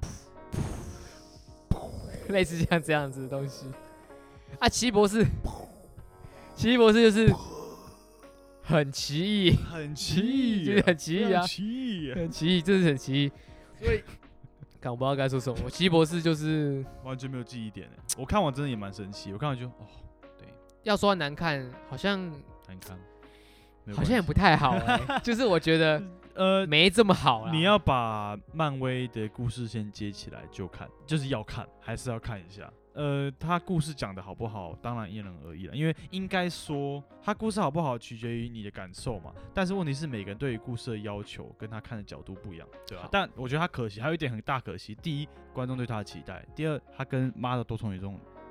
[SPEAKER 1] 噗噗 类似像这样子的东西。啊，奇异博士，奇异博士就是很奇异，
[SPEAKER 2] 很奇异，
[SPEAKER 1] 就是很奇异啊
[SPEAKER 2] 很，奇异啊，
[SPEAKER 1] 很奇异，真的是很奇异。所以，看我不知道该说什么。奇异博士就是
[SPEAKER 2] 完全没有记忆点欸我看完真的也蛮神奇，我看完就哦
[SPEAKER 1] 要说难看，好像
[SPEAKER 2] 难看，没有
[SPEAKER 1] 好
[SPEAKER 2] 关
[SPEAKER 1] 像也
[SPEAKER 2] 系
[SPEAKER 1] 不太好、欸， 就是我觉 得
[SPEAKER 2] 呃，
[SPEAKER 1] 没这么好啦。
[SPEAKER 2] 你要把漫威的故事先接起来就看，就是要看，还是要看一下。呃，他故事讲的好不好，当然因人而异了，因为应该说他故事好不好取决于你的感受嘛。但是问题是每个人对于故事的要求跟他看的角度不一样，对吧、
[SPEAKER 1] 好
[SPEAKER 2] 但我觉得他可惜，还有一点很大可惜：第一，观众对他的期待；第二，他跟《妈的多重宇宙》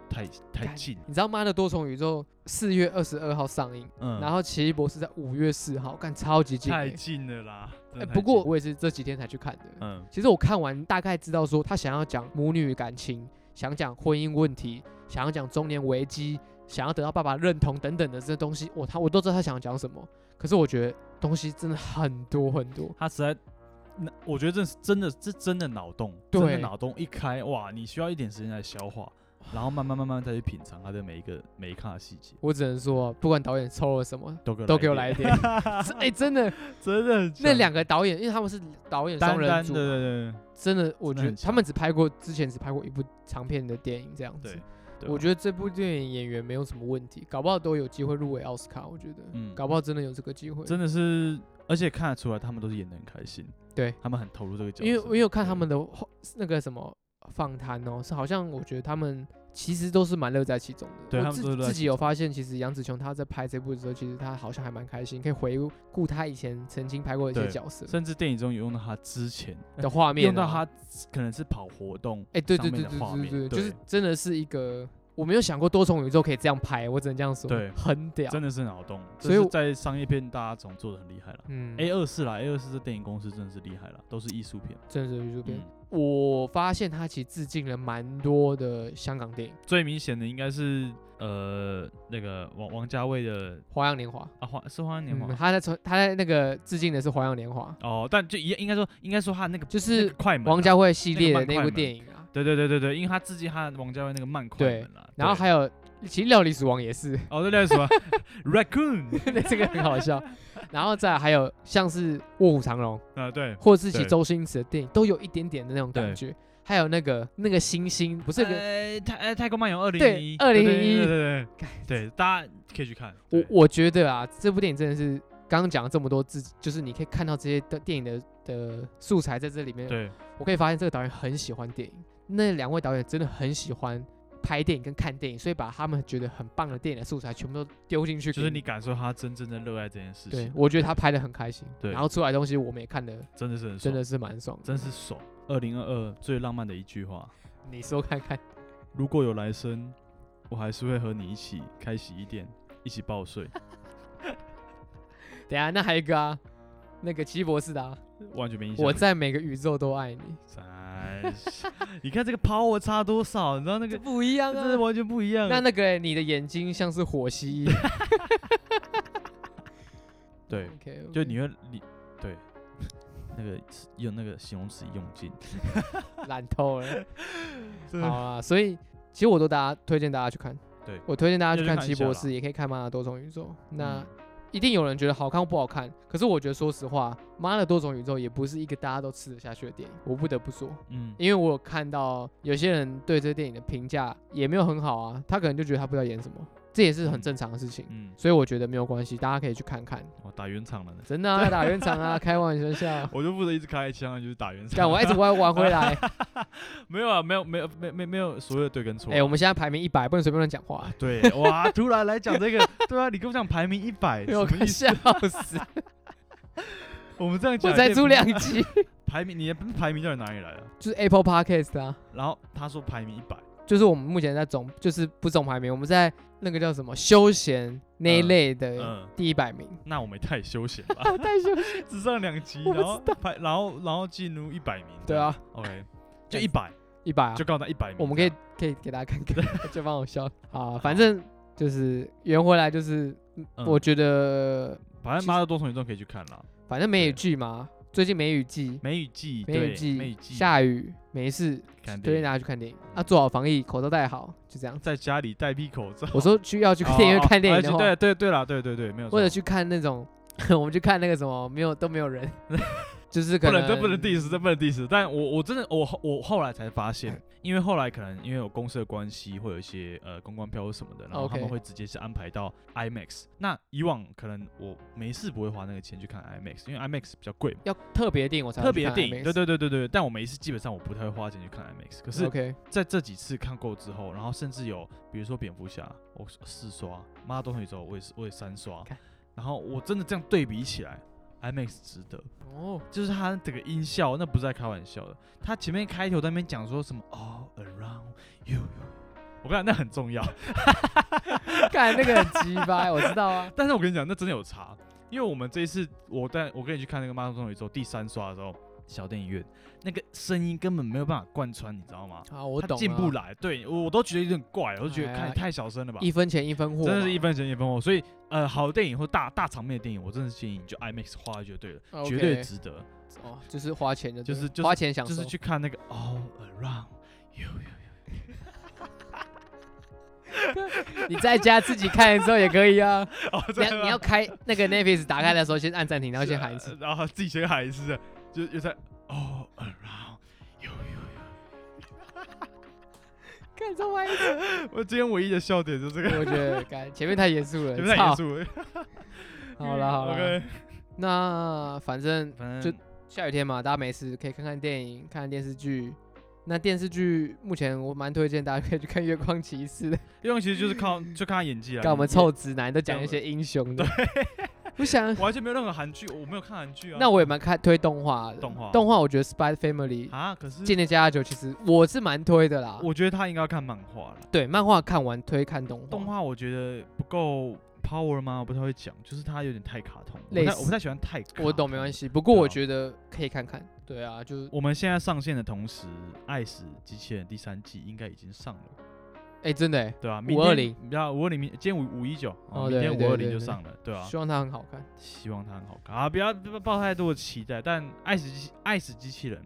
[SPEAKER 2] 太太
[SPEAKER 1] 干
[SPEAKER 2] 近了。
[SPEAKER 1] 你知道《妈的多重宇宙》四月二十二号上映，
[SPEAKER 2] 嗯，
[SPEAKER 1] 然后奇异博士在五月四号，干超级近、
[SPEAKER 2] 太
[SPEAKER 1] 欸。
[SPEAKER 2] 近了啦。真
[SPEAKER 1] 哎、
[SPEAKER 2] 的太
[SPEAKER 1] 不过
[SPEAKER 2] 近
[SPEAKER 1] 我也是这几天才去看的。
[SPEAKER 2] 嗯
[SPEAKER 1] 其实我看完大概知道说，他想要讲母女感情，想讲婚姻问题，想要讲中年危机，想要得到爸爸认同等等的这些东西，我他我都知道他想要讲什么。可是我觉得东西真的很多很多，
[SPEAKER 2] 他实在，那我觉得这是真的，这真的脑洞，真的
[SPEAKER 1] 对
[SPEAKER 2] 脑洞一开，哇，你需要一点时间来消化，然后慢慢慢慢再去品尝它的每一个每一看的细节，
[SPEAKER 1] 我只能说，不管导演抽了什么，
[SPEAKER 2] 都给
[SPEAKER 1] 都给我来一
[SPEAKER 2] 来一
[SPEAKER 1] 点。哎、真的，
[SPEAKER 2] 真的很
[SPEAKER 1] 那
[SPEAKER 2] 强
[SPEAKER 1] 两个导演，因为他们是导演
[SPEAKER 2] 单
[SPEAKER 1] 双人
[SPEAKER 2] 单
[SPEAKER 1] 组啊
[SPEAKER 2] 对
[SPEAKER 1] 嘛，
[SPEAKER 2] 对
[SPEAKER 1] 真的，我
[SPEAKER 2] 真的
[SPEAKER 1] 觉得
[SPEAKER 2] 很
[SPEAKER 1] 他们只拍过之前只拍过一部长片的电影这样
[SPEAKER 2] 对
[SPEAKER 1] 子
[SPEAKER 2] 对。，对啊
[SPEAKER 1] 我
[SPEAKER 2] 得
[SPEAKER 1] 觉得这部电影演员没有什么问题，搞不好都有机会入围奥斯卡。我觉得，
[SPEAKER 2] 嗯
[SPEAKER 1] 搞不好真的有这个机会。
[SPEAKER 2] 真的是而且看得出来他们都是演的很开心，
[SPEAKER 1] 对
[SPEAKER 2] 他们很投入这个角色。
[SPEAKER 1] 因为因为我看他们
[SPEAKER 2] 的
[SPEAKER 1] 的后那个什么访谈哦，是好像我觉得他们其实都是蛮乐在其中的。
[SPEAKER 2] 对
[SPEAKER 1] 我
[SPEAKER 2] 他们
[SPEAKER 1] 自
[SPEAKER 2] 都是乐在
[SPEAKER 1] 自
[SPEAKER 2] 其
[SPEAKER 1] 己有发现，其实杨紫琼她在拍这部的时候，其实她好像还蛮开心，可以回顾她以前曾经拍过的一些
[SPEAKER 2] 对
[SPEAKER 1] 角色
[SPEAKER 2] 甚至电影中有用到他之前
[SPEAKER 1] 的画面、啊，
[SPEAKER 2] 用到他可能是跑活动，
[SPEAKER 1] 哎、对对
[SPEAKER 2] 上面
[SPEAKER 1] 对
[SPEAKER 2] 的
[SPEAKER 1] 对
[SPEAKER 2] 画
[SPEAKER 1] 对
[SPEAKER 2] 面
[SPEAKER 1] 对，
[SPEAKER 2] 对
[SPEAKER 1] 就是真的是一个我没有想过多重宇宙可以这样拍，我只能这样说，
[SPEAKER 2] 对
[SPEAKER 1] 很屌，
[SPEAKER 2] 真的是脑洞，
[SPEAKER 1] 所以
[SPEAKER 2] 这
[SPEAKER 1] 我
[SPEAKER 2] 是在商业片大家总做的很厉害了。
[SPEAKER 1] 嗯
[SPEAKER 2] A 二四啦，A 二四这电影公司真的是厉害了，都是艺术片。
[SPEAKER 1] 真的是艺术片。
[SPEAKER 2] 嗯，
[SPEAKER 1] 我发现他其实致敬了蛮多的香港电影，
[SPEAKER 2] 最明显的应该是呃那个王王家卫的
[SPEAKER 1] 《花样年华》
[SPEAKER 2] 啊花是花样年华、
[SPEAKER 1] 嗯，他在从他在那个致敬的是《花样年华》，
[SPEAKER 2] 哦，但就一应该说应该说他那个
[SPEAKER 1] 就
[SPEAKER 2] 那
[SPEAKER 1] 是
[SPEAKER 2] 个快门啊、
[SPEAKER 1] 王家卫系
[SPEAKER 2] 那个
[SPEAKER 1] 列的
[SPEAKER 2] 慢
[SPEAKER 1] 那
[SPEAKER 2] 快
[SPEAKER 1] 部
[SPEAKER 2] 门
[SPEAKER 1] 电影啊。
[SPEAKER 2] 对对对对对，因为他致敬他王家卫那个慢快
[SPEAKER 1] 对
[SPEAKER 2] 门啦。
[SPEAKER 1] 然后
[SPEAKER 2] 对
[SPEAKER 1] 还有，其实《料理鼠王》也是，
[SPEAKER 2] 哦对对什么 raccoon
[SPEAKER 1] 这个很好笑。然后再来还有像是《卧虎藏龙》，
[SPEAKER 2] 啊对，
[SPEAKER 1] 或者是其
[SPEAKER 2] 对
[SPEAKER 1] 周星驰的电影，都有一点点的那种感
[SPEAKER 2] 对
[SPEAKER 1] 觉。还有那个那个星星，不是有个
[SPEAKER 2] 呃泰呃泰国漫游二零
[SPEAKER 1] 对2001
[SPEAKER 2] 一对对对对 对，大家可以去看。
[SPEAKER 1] 我
[SPEAKER 2] 对
[SPEAKER 1] 我觉得啊，这部电影真的是刚刚讲了这么多自己，就是你可以看到这些的电影的的素材在这里面。
[SPEAKER 2] 对
[SPEAKER 1] 我可以发现这个导演很喜欢电影，那两位导演真的很喜欢拍电影跟看电影，所以把他们觉得很棒的电影的素材全部都丢进去。
[SPEAKER 2] 就是你，感受他真正的热爱这件事
[SPEAKER 1] 对
[SPEAKER 2] 情，
[SPEAKER 1] 我觉得他拍的很开心，
[SPEAKER 2] 对
[SPEAKER 1] 然后出来的东西我们也看的
[SPEAKER 2] 真的是很爽
[SPEAKER 1] 真的是蛮爽的。
[SPEAKER 2] 真是爽。二零二二最浪漫的一句话：
[SPEAKER 1] 你说看看，
[SPEAKER 2] 如果有来生，我还是会和你一起开洗衣店，一起 报税，
[SPEAKER 1] 等一下那还有一个啊，那个奇异博士的、啊，
[SPEAKER 2] 完全没印象。
[SPEAKER 1] 我在每个宇宙都爱你，
[SPEAKER 2] 哎，你看这个 power 差多少？你知道那
[SPEAKER 1] 这
[SPEAKER 2] 个
[SPEAKER 1] 不一样
[SPEAKER 2] 真的
[SPEAKER 1] 啊。
[SPEAKER 2] 完全不一 样。
[SPEAKER 1] 那那个欸、你的眼睛像是火蜥蜴
[SPEAKER 2] 对，
[SPEAKER 1] ，OK，,
[SPEAKER 2] 就你会你对 那个用那个形容词用尽，
[SPEAKER 1] 懒透 了。
[SPEAKER 2] 真
[SPEAKER 1] 好
[SPEAKER 2] 的
[SPEAKER 1] 啊，所以其实我都大家推荐大家去看，
[SPEAKER 2] 对
[SPEAKER 1] 我推荐大家去看
[SPEAKER 2] 就
[SPEAKER 1] 《
[SPEAKER 2] 去看
[SPEAKER 1] 奇异
[SPEAKER 2] 一
[SPEAKER 1] 博
[SPEAKER 2] 下
[SPEAKER 1] 士》，也可以看《妈的多重宇宙》。那、
[SPEAKER 2] 嗯
[SPEAKER 1] 一定有人觉得好看或不好看，可是我觉得说实话，《妈的多重宇宙》也不是一个大家都吃得下去的电影，我不得不说，
[SPEAKER 2] 嗯，
[SPEAKER 1] 因为我有看到有些人对这电影的评价也没有很好啊，他可能就觉得他不知道演什么，这也是很
[SPEAKER 2] 嗯
[SPEAKER 1] 正常的事情。
[SPEAKER 2] 嗯，
[SPEAKER 1] 所以我觉得没有关系，大家可以去看看，
[SPEAKER 2] 我打圆场了呢，
[SPEAKER 1] 真的、啊、打圆场 啊，开玩笑，
[SPEAKER 2] 我就负责一直开枪，啊就是打圆
[SPEAKER 1] 但
[SPEAKER 2] 场。
[SPEAKER 1] 我一直玩玩回 来。
[SPEAKER 2] 没有啊，没有，没有，没没没有所有的对跟错。
[SPEAKER 1] 哎、我们现在排名一百，不能随便乱讲话、
[SPEAKER 2] 对，哇，突然来讲这个，对啊，你跟我讲排名一 百，
[SPEAKER 1] 被我
[SPEAKER 2] 哎什么
[SPEAKER 1] 快
[SPEAKER 2] 意思？
[SPEAKER 1] 笑 死！
[SPEAKER 2] 我们这样讲，
[SPEAKER 1] 我再
[SPEAKER 2] 出
[SPEAKER 1] 出两 集，
[SPEAKER 2] 排名，你的排名到底哪里来的？
[SPEAKER 1] 就是 Apple Podcast 啊，
[SPEAKER 2] 然后他说排名一百，
[SPEAKER 1] 就是我们目前在总，就是不总排名，我们在那个叫什么休闲那一
[SPEAKER 2] 嗯
[SPEAKER 1] 类的
[SPEAKER 2] 嗯，
[SPEAKER 1] 第一百名。，
[SPEAKER 2] 那我们也太休闲 了
[SPEAKER 1] 太羞耻。
[SPEAKER 2] 只上两集，
[SPEAKER 1] 我不
[SPEAKER 2] 然后排，然后然后进入一百名，
[SPEAKER 1] 对啊
[SPEAKER 2] ，OK，就一百，
[SPEAKER 1] 一百啊
[SPEAKER 2] 就，告诉他一百名，
[SPEAKER 1] 我们可以可
[SPEAKER 2] 这样
[SPEAKER 1] 以给大家看看， 就帮我笑啊。反正就是圆回来，就是
[SPEAKER 2] 嗯
[SPEAKER 1] 我觉得
[SPEAKER 2] 反正妈的多重宇宙可以去看啦，
[SPEAKER 1] 反正梅雨
[SPEAKER 2] 对
[SPEAKER 1] 季嘛，最近梅雨季，
[SPEAKER 2] 梅雨季，
[SPEAKER 1] 梅雨
[SPEAKER 2] 对
[SPEAKER 1] 季，
[SPEAKER 2] 梅雨季，
[SPEAKER 1] 下雨没事，
[SPEAKER 2] 看
[SPEAKER 1] 推荐
[SPEAKER 2] 电影
[SPEAKER 1] 大家去看电影啊，做好防疫，口罩戴好，就这样。
[SPEAKER 2] 在家里戴屁口罩，
[SPEAKER 1] 我说去要去
[SPEAKER 2] 哦
[SPEAKER 1] 电影院
[SPEAKER 2] 哦
[SPEAKER 1] 看电
[SPEAKER 2] 而
[SPEAKER 1] 影的
[SPEAKER 2] 且
[SPEAKER 1] 话，
[SPEAKER 2] 对对对啦，对对对，没有错，
[SPEAKER 1] 或者去看那种， 我们去看那个什么，没有都没有 人，就是可
[SPEAKER 2] 不
[SPEAKER 1] 能
[SPEAKER 2] 能，这不能 diss，这不能 diss。但我我真的我后我后来才发
[SPEAKER 1] 嗯
[SPEAKER 2] 现，因为后来可能因为有公司的关系，会有一些呃公关票什么的，然后
[SPEAKER 1] OK
[SPEAKER 2] 他们会直接是安排到 IMAX。那以往可能我没事不会花那个钱去看 IMAX，因为 IMAX 比较贵嘛，
[SPEAKER 1] 要特别的电影我才
[SPEAKER 2] 特别的电影。对
[SPEAKER 1] 对
[SPEAKER 2] 对对对对，但我每一次基本上我不太会花钱去看 IMAX。可是
[SPEAKER 1] OK
[SPEAKER 2] 在这几次看够之后，然后甚至有比如说蝙蝠侠，我四刷，妈的多重宇宙我也是我也三刷
[SPEAKER 1] 看，
[SPEAKER 2] 然后我真的这样对比起来，IMAX 值得。
[SPEAKER 1] 哦，
[SPEAKER 2] 就是他整个音效，那不是在开玩笑的。他前面开头在那边讲说什么 all around you，我跟你讲那很重要。
[SPEAKER 1] 看那个很鸡巴，我知道 啊，
[SPEAKER 2] 但是我跟你讲，那真的有差，因为我们这一次我带我跟你去看那个《妈祖终宇宙》第三刷的时候，小电影院那个声音根本没有办法贯穿，你知道吗？
[SPEAKER 1] 啊，我
[SPEAKER 2] 它
[SPEAKER 1] 懂，
[SPEAKER 2] 进不，来，对我我都觉得有点怪，我都觉
[SPEAKER 1] 哎
[SPEAKER 2] 得
[SPEAKER 1] 呀
[SPEAKER 2] 看太小声了吧。
[SPEAKER 1] 一分钱一分货，
[SPEAKER 2] 真的是一，分钱一分货，所以呃，好的电影或大大场面的电影，我真的建议你就 IMAX 花就对了
[SPEAKER 1] OK
[SPEAKER 2] 绝对值得。
[SPEAKER 1] 哦，就是花钱的，
[SPEAKER 2] 就是就是
[SPEAKER 1] 花钱享
[SPEAKER 2] 就
[SPEAKER 1] 受，
[SPEAKER 2] 是去看那个 All Around You。
[SPEAKER 1] 你在家自己看的时候也可以 啊，
[SPEAKER 2] 哦，
[SPEAKER 1] 你
[SPEAKER 2] 真的
[SPEAKER 1] 要
[SPEAKER 2] 吗
[SPEAKER 1] 你要开那个 Netflix 打开的时候先按暂停，然后先喊一次
[SPEAKER 2] 是，啊然后自己先喊一次，就又在哦 all around you you
[SPEAKER 1] 看这玩意儿，
[SPEAKER 2] you。我今天唯一的笑点就是这个，
[SPEAKER 1] 我觉得干前面太严肃了，
[SPEAKER 2] 有点
[SPEAKER 1] 操
[SPEAKER 2] 严肃了。
[SPEAKER 1] 好了好了
[SPEAKER 2] OK，
[SPEAKER 1] 那反正
[SPEAKER 2] 反
[SPEAKER 1] 就
[SPEAKER 2] 正
[SPEAKER 1] 下雨天嘛，大家没事可以看看电影，看看电视剧。那电视剧目前我蛮推荐大家可以去看《月光骑士》 的，
[SPEAKER 2] 因为其实就是靠 就看他演技啊。
[SPEAKER 1] 看我们
[SPEAKER 2] 也
[SPEAKER 1] 臭直男都讲一
[SPEAKER 2] 也
[SPEAKER 1] 些英雄的。 我想，
[SPEAKER 2] 我完全没有任何韩剧，我没有看韩剧啊。
[SPEAKER 1] 那我也蛮看推动画的。
[SPEAKER 2] 动画
[SPEAKER 1] 动画我觉得《Spy Family》
[SPEAKER 2] 啊，可是
[SPEAKER 1] 《间谍加加酒》其实我是蛮推的啦。
[SPEAKER 2] 我觉得他应该要看漫画了。
[SPEAKER 1] 对漫画看完推看动画，
[SPEAKER 2] 动画我觉得不够 power 吗？我不太会讲，就是它有点太卡通，我不
[SPEAKER 1] 类
[SPEAKER 2] 太
[SPEAKER 1] 似
[SPEAKER 2] 我不太喜欢太。
[SPEAKER 1] 我懂没关
[SPEAKER 2] 系。
[SPEAKER 1] 系。不过
[SPEAKER 2] 对啊
[SPEAKER 1] 我觉得可以看看。对啊，就是
[SPEAKER 2] 我们现在上线的同时，《爱死机器人》第三季应该已经上了，
[SPEAKER 1] 哎，真的哎，
[SPEAKER 2] 对吧、明
[SPEAKER 1] 520
[SPEAKER 2] 天，然后五二零，明今天五五一九，
[SPEAKER 1] 哦
[SPEAKER 2] 哦
[SPEAKER 1] 对
[SPEAKER 2] 明天
[SPEAKER 1] 对
[SPEAKER 2] 五二
[SPEAKER 1] 对
[SPEAKER 2] 零就
[SPEAKER 1] 对
[SPEAKER 2] 上了，对吧、
[SPEAKER 1] 希望它很好看。
[SPEAKER 2] 希望它很好看啊！不要不要抱太多的期待，但《爱死机爱死机器人》，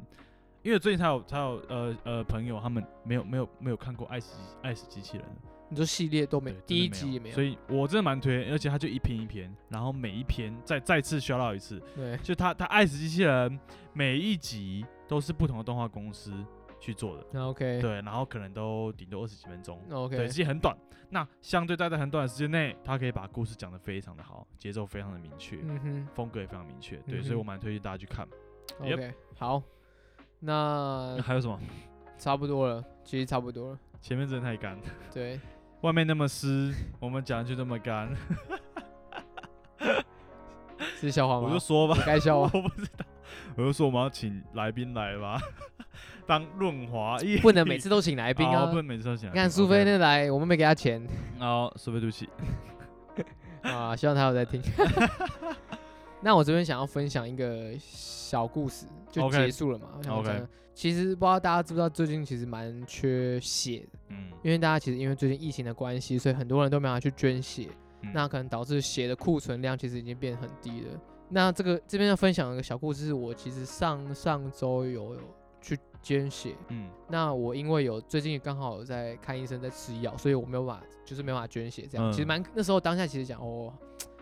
[SPEAKER 2] 因为最近才有才有呃呃朋友他们没有没有没有看过《爱死机爱死机器人》，
[SPEAKER 1] 你说系列都没
[SPEAKER 2] 对，，真
[SPEAKER 1] 第
[SPEAKER 2] 的
[SPEAKER 1] 一集也没有
[SPEAKER 2] 所。以我真的蛮推，而且它就一篇一篇，然后每一篇再再次 shout out 一次，
[SPEAKER 1] 对，
[SPEAKER 2] 就它它《爱死机器人》每一集都是不同的动画公司去做的，
[SPEAKER 1] 那 OK，
[SPEAKER 2] 对，然后可能都顶多二十几分钟。
[SPEAKER 1] 那 OK，
[SPEAKER 2] 对，其实很短。那相对待在很短的时间内，它可以把故事讲得非常的好，节奏非常的明确。
[SPEAKER 1] 嗯
[SPEAKER 2] 风格也非常明确，对，
[SPEAKER 1] 嗯
[SPEAKER 2] 所以
[SPEAKER 1] 哼
[SPEAKER 2] 我蛮推荐大家去看。
[SPEAKER 1] 哼
[SPEAKER 2] Yep
[SPEAKER 1] ，OK，好，那
[SPEAKER 2] 还有什么？
[SPEAKER 1] 差不多了，其实差不多了。
[SPEAKER 2] 前面真的太干，
[SPEAKER 1] 对，
[SPEAKER 2] 外面那么湿，我们讲就这么干，
[SPEAKER 1] 是笑话
[SPEAKER 2] 我
[SPEAKER 1] 吗
[SPEAKER 2] 就？说吧
[SPEAKER 1] 我，该笑
[SPEAKER 2] 我
[SPEAKER 1] 啊，
[SPEAKER 2] 不知道，我就说我们要请来宾来吧， 当润滑液，
[SPEAKER 1] 不能每次都请来
[SPEAKER 2] 来
[SPEAKER 1] 宾
[SPEAKER 2] 哦不
[SPEAKER 1] 啊。
[SPEAKER 2] 能每次都请来
[SPEAKER 1] 你
[SPEAKER 2] 宾。
[SPEAKER 1] 看苏菲那来，我们没给他钱
[SPEAKER 2] OK，哦，苏菲对不起，
[SPEAKER 1] 啊，希望他有在听。 那我这边想要分享一个小故事，就
[SPEAKER 2] OK
[SPEAKER 1] 结束了嘛。我想
[SPEAKER 2] OK
[SPEAKER 1] 讲其实不知道大家知不知道，最近其实蛮缺血的，
[SPEAKER 2] 嗯，
[SPEAKER 1] 因为大家其实因为最近疫情的关系，所以很多人都没有去捐血。
[SPEAKER 2] 嗯
[SPEAKER 1] 那可能导致血的库存量其实已经变很低了。那这个这边要分享一个小故事，是我其实上上周有有去捐血，
[SPEAKER 2] 嗯
[SPEAKER 1] 那我因为有最近刚好有在看医生，在吃药，所以我没有办法，就是没办法捐血这样。
[SPEAKER 2] 嗯
[SPEAKER 1] 其实蛮那时候当下其实讲哦，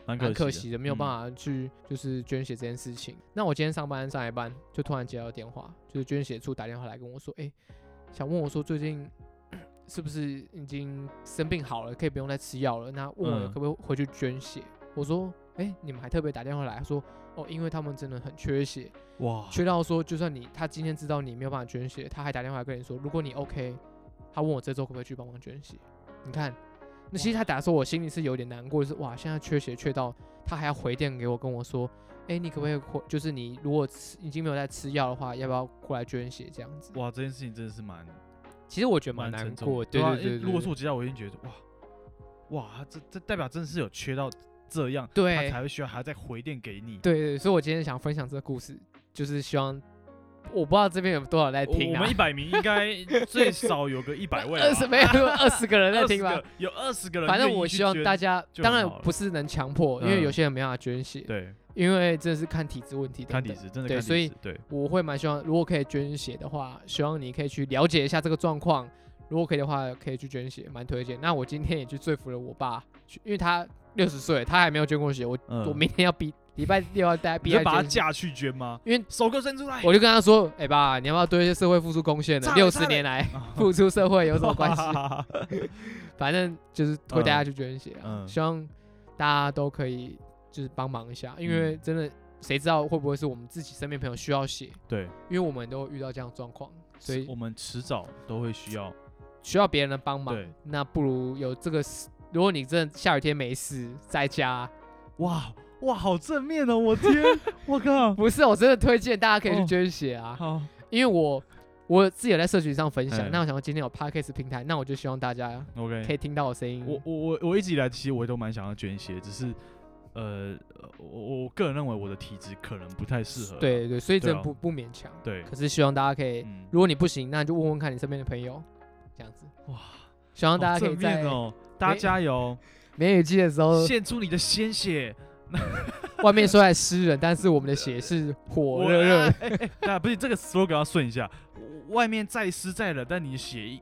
[SPEAKER 2] 蛮
[SPEAKER 1] 蛮
[SPEAKER 2] 可
[SPEAKER 1] 可
[SPEAKER 2] 惜嗯
[SPEAKER 1] 惜的，没有办
[SPEAKER 2] 法。
[SPEAKER 1] 法去就是捐血这件事情。那我今天上班上一班，就突然接到电话，就是捐血处打电话来跟我说，哎、想问我说最近 是不是已经生病好了，可以不用再吃药了？那问我
[SPEAKER 2] 嗯
[SPEAKER 1] 可不可以回去捐血？我说，哎、你们还特别打电话来，他说，哦，因为他们真的很缺血，
[SPEAKER 2] 哇，
[SPEAKER 1] 缺到说就算你他今天知道你没有办法捐血，他还打电话来跟你说，如果你 OK，他问我这周可不可以去帮忙捐血？你看，那其实他打的时候，我心里是有点难过，就是哇，现在缺血缺到他还要回电给我跟我说，哎、你可不可以回？就是你如果吃已经没有在吃药的话，要不要过来捐血这样子？
[SPEAKER 2] 哇，这件事情真的是蛮
[SPEAKER 1] 其实我觉得蛮
[SPEAKER 2] 蛮
[SPEAKER 1] 难
[SPEAKER 2] 沉重
[SPEAKER 1] 过
[SPEAKER 2] 的，
[SPEAKER 1] 的，对
[SPEAKER 2] 啊
[SPEAKER 1] 对
[SPEAKER 2] 因
[SPEAKER 1] 对
[SPEAKER 2] 为如果是
[SPEAKER 1] 说
[SPEAKER 2] 我接到，我一定觉得哇哇，他这这代表真的是有缺到这样，他
[SPEAKER 1] 对
[SPEAKER 2] 才会需要还要再回电给你。
[SPEAKER 1] 对对，所以我今天想分享这个故事，就是希望我不知道这边有多少人在
[SPEAKER 2] 我
[SPEAKER 1] 听
[SPEAKER 2] 我
[SPEAKER 1] 啊
[SPEAKER 2] 们一，百名应 该最少有个一百位吧，
[SPEAKER 1] 二十没有二十个人在
[SPEAKER 2] 20
[SPEAKER 1] 听吧？
[SPEAKER 2] 个有 二十个人。
[SPEAKER 1] 反正我希望大，家，
[SPEAKER 2] 就
[SPEAKER 1] 当
[SPEAKER 2] 很
[SPEAKER 1] 然
[SPEAKER 2] 好了
[SPEAKER 1] 不是能强迫，因为
[SPEAKER 2] 嗯
[SPEAKER 1] 有些人没办法捐血，
[SPEAKER 2] 对，
[SPEAKER 1] 因为这是看体质问题。
[SPEAKER 2] 看体。质，真的
[SPEAKER 1] 对
[SPEAKER 2] 看
[SPEAKER 1] 所以
[SPEAKER 2] 体质，对，
[SPEAKER 1] 我会蛮希望，如果可以捐血的话，希望你可以去了解一下这个状况。如果可以的话，可以去捐血，蛮推荐。那我今天也去说服了我爸，去因为他六十岁，他还没有捐过血，我、
[SPEAKER 2] 嗯
[SPEAKER 1] 我明天要逼礼拜六要带
[SPEAKER 2] 你
[SPEAKER 1] 逼
[SPEAKER 2] 就
[SPEAKER 1] 他
[SPEAKER 2] 把他
[SPEAKER 1] 捐血
[SPEAKER 2] 嫁去捐吗？
[SPEAKER 1] 因为
[SPEAKER 2] 手给我伸出来。
[SPEAKER 1] 我就跟他说：“哎、爸，你要不要对一些社会付出贡 献呢？
[SPEAKER 2] 差了
[SPEAKER 1] 六
[SPEAKER 2] 差
[SPEAKER 1] 十
[SPEAKER 2] 了
[SPEAKER 1] 年来付出社会有什么关系？反正就是推大家
[SPEAKER 2] 嗯
[SPEAKER 1] 去捐血啊，
[SPEAKER 2] 嗯
[SPEAKER 1] 希望大家都可以就是帮忙一下，因为
[SPEAKER 2] 嗯
[SPEAKER 1] 真的谁知道会不会是我们自己身边朋友需要血，
[SPEAKER 2] 对，
[SPEAKER 1] 因为我们都会遇到这样的状况，所以
[SPEAKER 2] 我们迟早都会需要。
[SPEAKER 1] 需要别人的帮忙
[SPEAKER 2] 对。
[SPEAKER 1] 那不如有这个事，如果你真的下雨天没事在 家，
[SPEAKER 2] 哇哇，好正面哦！我 天，我靠，
[SPEAKER 1] 不是我真的推荐大家可以去
[SPEAKER 2] 哦
[SPEAKER 1] 捐血啊，
[SPEAKER 2] 好，
[SPEAKER 1] 因为我我自己有在社群上分享，
[SPEAKER 2] 嗯
[SPEAKER 1] 那我想到今天有 podcast 平台，那我就希望大家
[SPEAKER 2] OK，
[SPEAKER 1] 可以听到我声音。
[SPEAKER 2] 我我我我一直以来其实我都蛮想要捐血，只是呃，呃我我个人认为我的体质可能不太适合啊。
[SPEAKER 1] 对对，所以
[SPEAKER 2] 对
[SPEAKER 1] 真
[SPEAKER 2] 啊
[SPEAKER 1] 的不、不勉强，
[SPEAKER 2] 对，
[SPEAKER 1] 可是希望大家可以。
[SPEAKER 2] 嗯，
[SPEAKER 1] 如果你不行，那你就问问看你身边的朋友，这样子。
[SPEAKER 2] 哇，
[SPEAKER 1] 希望大
[SPEAKER 2] 好
[SPEAKER 1] 家可以
[SPEAKER 2] 正面
[SPEAKER 1] 在呃
[SPEAKER 2] 哦，大家
[SPEAKER 1] 没
[SPEAKER 2] 加油，
[SPEAKER 1] 梅雨季的时 候，
[SPEAKER 2] 献出你的鲜血。
[SPEAKER 1] 外面虽然湿冷，但是我们的血是火热热的。
[SPEAKER 2] 哎哎，对啊，不是这个 slogan 要顺一下，我外面再湿再冷，但你的血一。